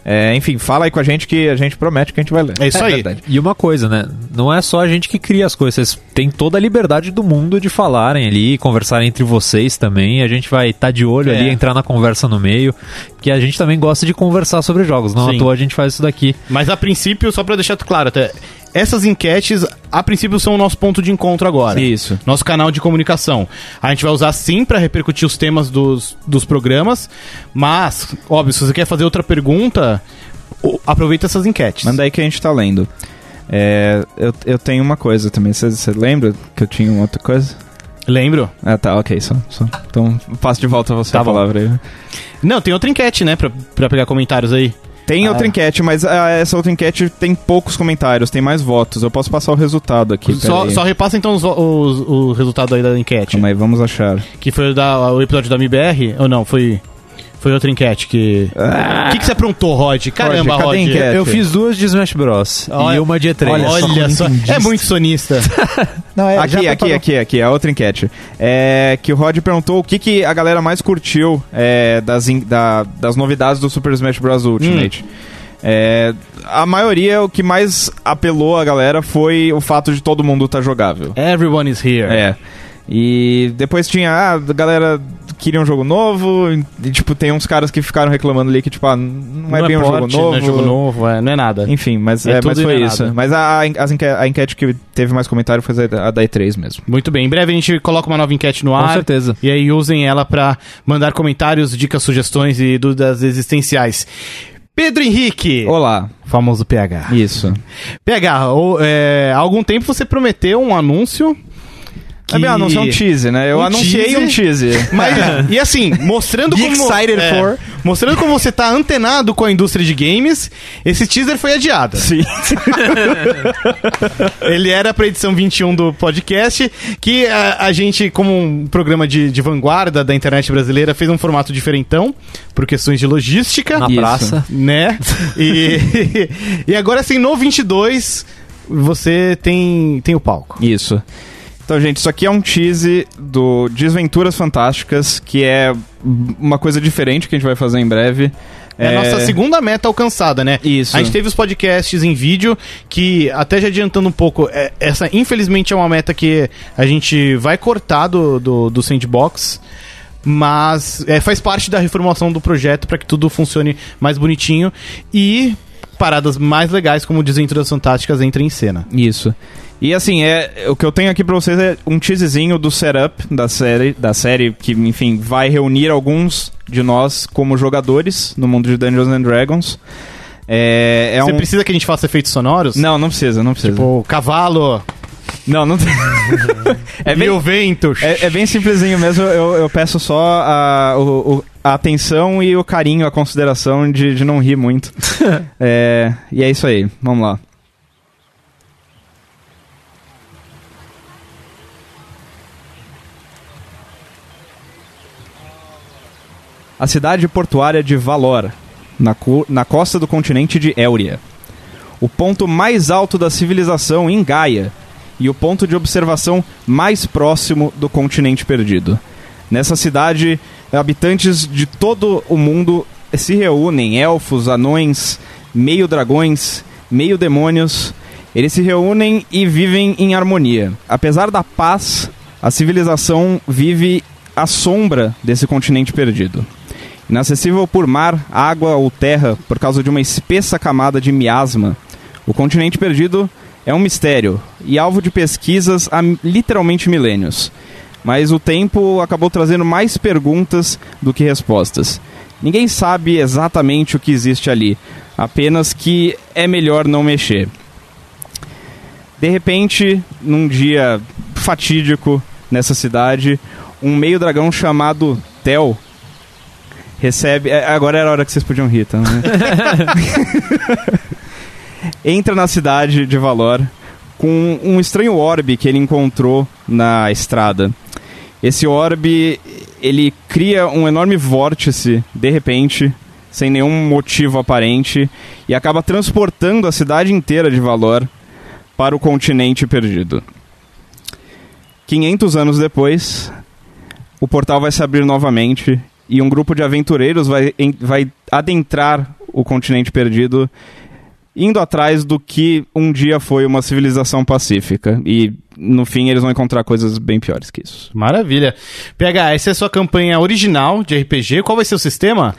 [SPEAKER 2] É, enfim, fala aí com a gente que a gente promete que a gente vai ler.
[SPEAKER 1] É isso aí.
[SPEAKER 2] verdade.
[SPEAKER 3] E uma coisa, né? Não é só a gente que cria as coisas. Vocês têm toda a liberdade do mundo de falarem ali, conversarem entre vocês também. A gente vai estar de olho ali,
[SPEAKER 1] É.
[SPEAKER 3] entrar na conversa no meio. Porque a gente também gosta de conversar sobre jogos. Não
[SPEAKER 1] Sim.
[SPEAKER 3] à toa a gente faz isso daqui.
[SPEAKER 1] Mas a princípio, só pra deixar claro até, essas enquetes, a princípio, são o nosso ponto de encontro agora.
[SPEAKER 2] Isso.
[SPEAKER 1] Nosso canal de comunicação. A gente vai usar sim pra repercutir os temas dos, dos programas, mas, óbvio, se você quer fazer outra pergunta, o- aproveita essas enquetes.
[SPEAKER 2] Manda aí que a gente tá lendo. É, eu, eu tenho uma coisa também. Você lembra que eu tinha uma outra coisa?
[SPEAKER 1] Lembro?
[SPEAKER 2] Ah, tá, ok. Só, só. Então, passo de volta a você
[SPEAKER 1] Tá
[SPEAKER 2] a
[SPEAKER 1] bom.
[SPEAKER 2] palavra aí.
[SPEAKER 1] Não, tem outra enquete, né, pra, pra pegar comentários aí.
[SPEAKER 2] Tem
[SPEAKER 4] Ah,
[SPEAKER 2] outra
[SPEAKER 4] é.
[SPEAKER 2] enquete, mas ah, essa outra enquete tem poucos comentários, tem mais votos. Eu posso passar o resultado aqui.
[SPEAKER 1] só,
[SPEAKER 2] peraí.
[SPEAKER 1] só repassa então os, os, o resultado aí da enquete.
[SPEAKER 2] Calma aí, vamos achar.
[SPEAKER 1] Que foi o, da, o episódio da MBR, ou não, foi... Foi outra enquete que. O que, que você aprontou, Rod? Caramba,
[SPEAKER 2] Ah. cadê a
[SPEAKER 1] Rod.
[SPEAKER 2] enquete? um
[SPEAKER 3] Eu fiz duas de Smash Bros.
[SPEAKER 1] Olha-
[SPEAKER 3] e uma de E3.
[SPEAKER 1] Olha, só, é muito
[SPEAKER 2] [laughs]
[SPEAKER 1] sonista.
[SPEAKER 4] Não, é, já
[SPEAKER 2] aqui, aqui,
[SPEAKER 4] preparou.
[SPEAKER 2] aqui, aqui, a outra enquete. É, que o Rod perguntou o que, que a galera mais curtiu é, das, in- da- das novidades do Super Smash Bros. Ultimate. É, a maioria, o que mais apelou a galera foi o fato de todo mundo estar jogável.
[SPEAKER 1] Everyone is here.
[SPEAKER 2] É. E depois tinha, ah, a galera queria um jogo novo, e, e, tipo, tem uns caras que ficaram reclamando ali que, tipo, ah, não, é bem um jogo
[SPEAKER 1] porte,
[SPEAKER 2] novo.
[SPEAKER 1] Não é jogo novo, é, não é nada.
[SPEAKER 2] Enfim, mas,
[SPEAKER 1] É
[SPEAKER 2] é,
[SPEAKER 1] tudo
[SPEAKER 2] mas
[SPEAKER 1] e não
[SPEAKER 2] foi
[SPEAKER 1] é
[SPEAKER 2] isso.
[SPEAKER 1] nada.
[SPEAKER 2] Mas a, a, as enque- a enquete que teve mais comentário foi a da- a da E3 mesmo.
[SPEAKER 1] Muito bem, em breve a gente coloca uma nova enquete no
[SPEAKER 3] Com
[SPEAKER 1] ar.
[SPEAKER 3] certeza.
[SPEAKER 1] E aí usem ela pra mandar comentários, dicas, sugestões e dúvidas existenciais. Pedro Henrique.
[SPEAKER 2] Olá.
[SPEAKER 1] Famoso PH.
[SPEAKER 2] Isso.
[SPEAKER 1] PH, o- é, há algum tempo você prometeu um anúncio.
[SPEAKER 2] Que... É meu anúncio, é um tease, né? Eu
[SPEAKER 1] Um
[SPEAKER 2] anunciei
[SPEAKER 1] tease?
[SPEAKER 2] um tease.
[SPEAKER 1] [laughs]
[SPEAKER 2] [laughs]
[SPEAKER 1] Mas, e assim, mostrando
[SPEAKER 4] Be
[SPEAKER 1] como. é,
[SPEAKER 4] excited for.
[SPEAKER 1] Mostrando como você tá antenado com a indústria de games, esse teaser foi adiado.
[SPEAKER 2] Sim.
[SPEAKER 1] Ele era pra edição 21 do podcast, que a, a gente, como um programa de, de vanguarda da internet brasileira, fez um formato diferentão, por questões de logística.
[SPEAKER 3] Na
[SPEAKER 2] Isso.
[SPEAKER 3] praça.
[SPEAKER 1] né? E, [laughs] e agora, assim, no 22, você tem, tem o palco.
[SPEAKER 2] Isso. Então, gente, isso aqui é um tease do Desventuras Fantásticas, que é uma coisa diferente que a gente vai fazer em breve.
[SPEAKER 1] É a nossa segunda meta alcançada, né?
[SPEAKER 2] Isso.
[SPEAKER 1] A gente teve os podcasts em vídeo, que até já adiantando um pouco, é- essa infelizmente é uma meta que a gente vai cortar do, do, do sandbox, mas é, faz parte da reformulação do projeto para que tudo funcione mais bonitinho e paradas mais legais, como Desventuras Fantásticas, entrem em cena.
[SPEAKER 2] Isso. E assim, é, o que eu tenho aqui pra vocês é um teasezinho do setup da série, da série que, enfim, vai reunir alguns de nós como jogadores no mundo de Dungeons and Dragons. É, é
[SPEAKER 1] Você
[SPEAKER 2] um...
[SPEAKER 1] precisa que a gente faça efeitos sonoros?
[SPEAKER 2] Não, não precisa, não precisa.
[SPEAKER 1] Tipo, cavalo
[SPEAKER 2] Não, [laughs] não tem. é,
[SPEAKER 1] e
[SPEAKER 2] bem,
[SPEAKER 1] o vento.
[SPEAKER 2] é, é bem simplesinho mesmo, eu, eu peço só a, o- o- a atenção e o carinho, a consideração de, de não rir muito. É, e é isso aí, vamos lá. A cidade portuária de Valor, na, co- na costa do continente de Éurea. O ponto mais alto da civilização em Gaia e o ponto de observação mais próximo do continente perdido. Nessa cidade, habitantes de todo o mundo se reúnem: elfos, anões, meio dragões, meio demônios. Eles se reúnem e vivem em harmonia. Apesar da paz, a civilização vive à sombra desse continente perdido. Inacessível por mar, água ou terra por causa de uma espessa camada de miasma, o continente perdido é um mistério e alvo de pesquisas há literalmente milênios. Mas o tempo acabou trazendo mais perguntas do que respostas. Ninguém sabe exatamente o que existe ali, apenas que é melhor não mexer. De repente, num dia fatídico nessa cidade, um meio dragão chamado Tel recebe. é, Agora era a hora que vocês podiam rir, tá? entra na cidade de Valor com um estranho orbe que ele encontrou na estrada. Esse orbe, ele cria um enorme vórtice, de repente, sem nenhum motivo aparente, e acaba transportando a cidade inteira de Valor para o continente perdido. 500 anos depois, o portal vai se abrir novamente e um grupo de aventureiros vai, en- vai adentrar o continente perdido indo atrás do que um dia foi uma civilização pacífica. E no fim eles vão encontrar coisas bem piores que isso.
[SPEAKER 1] Maravilha. PH, essa é a sua campanha original de RPG. Qual vai ser o sistema?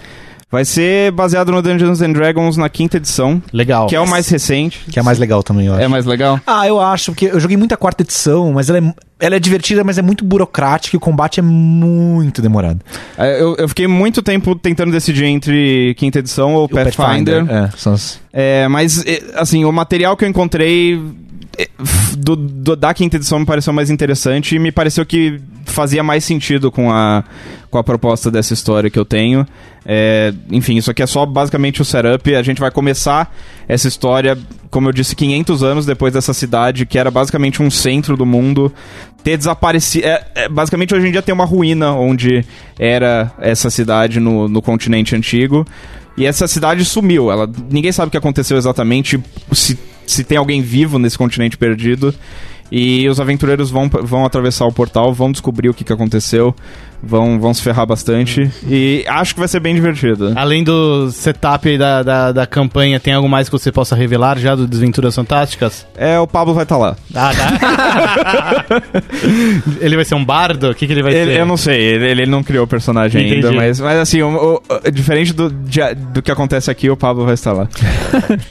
[SPEAKER 2] Vai ser baseado no Dungeons and Dragons na quinta edição,
[SPEAKER 1] Legal.
[SPEAKER 2] que é o mais recente.
[SPEAKER 4] Que é mais legal também, eu acho.
[SPEAKER 2] É mais legal?
[SPEAKER 4] Ah, eu acho, porque eu joguei muita quarta edição, mas ela é, ela é divertida, mas é muito burocrática e o combate é muito demorado.
[SPEAKER 2] É, Eu, eu fiquei muito tempo tentando decidir entre quinta edição ou Pathfinder.
[SPEAKER 4] É, são as-
[SPEAKER 2] É, mas, é, assim, o material que eu encontrei é, f- do, do- da quinta edição me pareceu mais interessante e me pareceu que fazia mais sentido com a, com a proposta dessa história que eu tenho. É, enfim, isso aqui é só basicamente o setup. A gente vai começar essa história, como eu disse, 500 anos depois dessa cidade, que era basicamente um centro do mundo, ter desaparecido. é, é, basicamente, hoje em dia tem uma ruína onde era essa cidade no, no continente antigo. E essa cidade sumiu. Ela, ninguém sabe o que aconteceu exatamente, se, se tem alguém vivo nesse continente perdido. E os aventureiros vão, vão atravessar o portal, vão descobrir o que, que aconteceu, vão, vão se ferrar bastante. E acho que vai ser bem divertido.
[SPEAKER 1] Além do setup da, da, da campanha, tem algo mais que você possa revelar já do Desventuras Fantásticas?
[SPEAKER 2] É, o Pablo vai estar lá.
[SPEAKER 1] Ah, tá. [laughs] ele vai ser um bardo? O que, que ele vai
[SPEAKER 2] Ele-
[SPEAKER 1] ser?
[SPEAKER 2] eu não sei, ele, ele não criou o personagem
[SPEAKER 1] Entendi.
[SPEAKER 2] ainda, mas, mas assim, o- o- diferente do, de- do que acontece aqui, o Pablo vai estar lá.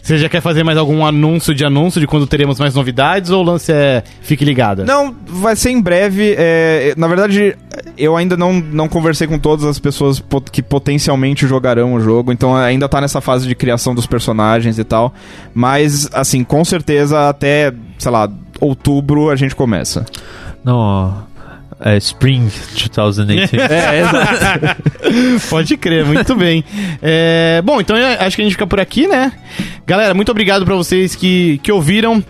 [SPEAKER 1] Você já quer fazer mais algum anúncio de anúncio de quando teremos mais novidades ou o lance é fique ligado?
[SPEAKER 2] Não, vai ser em breve. é, na verdade, eu ainda não, não conversei com todas as pessoas po- que potencialmente jogarão o jogo, então ainda tá nessa fase de criação dos personagens e tal. Mas, assim, com certeza até, sei lá, outubro a gente começa.
[SPEAKER 3] Não, ó,
[SPEAKER 1] [laughs]
[SPEAKER 3] é Spring 2018.
[SPEAKER 4] É, exato.
[SPEAKER 1] Pode crer,
[SPEAKER 3] [laughs]
[SPEAKER 1] muito bem. É, bom, então eu acho que a gente fica por aqui, né? Galera, muito obrigado pra vocês que, que ouviram.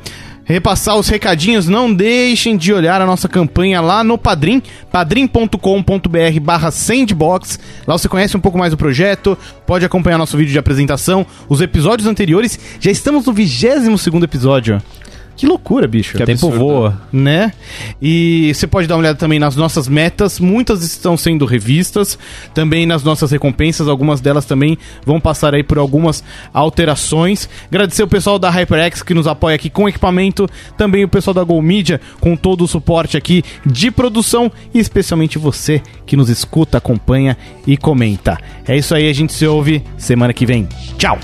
[SPEAKER 1] Repassar os recadinhos, não deixem de olhar a nossa campanha lá no Padrim, padrim.com.br barra sandbox. Lá você conhece um pouco mais do projeto, pode acompanhar nosso vídeo de apresentação, os episódios anteriores. Já estamos no 22 segundo episódio. Que loucura, bicho
[SPEAKER 3] o tempo
[SPEAKER 2] absurdo.
[SPEAKER 3] voa.
[SPEAKER 1] né? E você pode dar uma olhada também nas nossas metas, muitas estão sendo revistas, também nas nossas recompensas, algumas delas também vão passar aí por algumas alterações. Agradecer o pessoal da HyperX que nos apoia aqui com equipamento, também o pessoal da Go Media com todo o suporte aqui de produção e especialmente você que nos escuta, acompanha e comenta. É isso aí, a gente se ouve semana que vem. Tchau.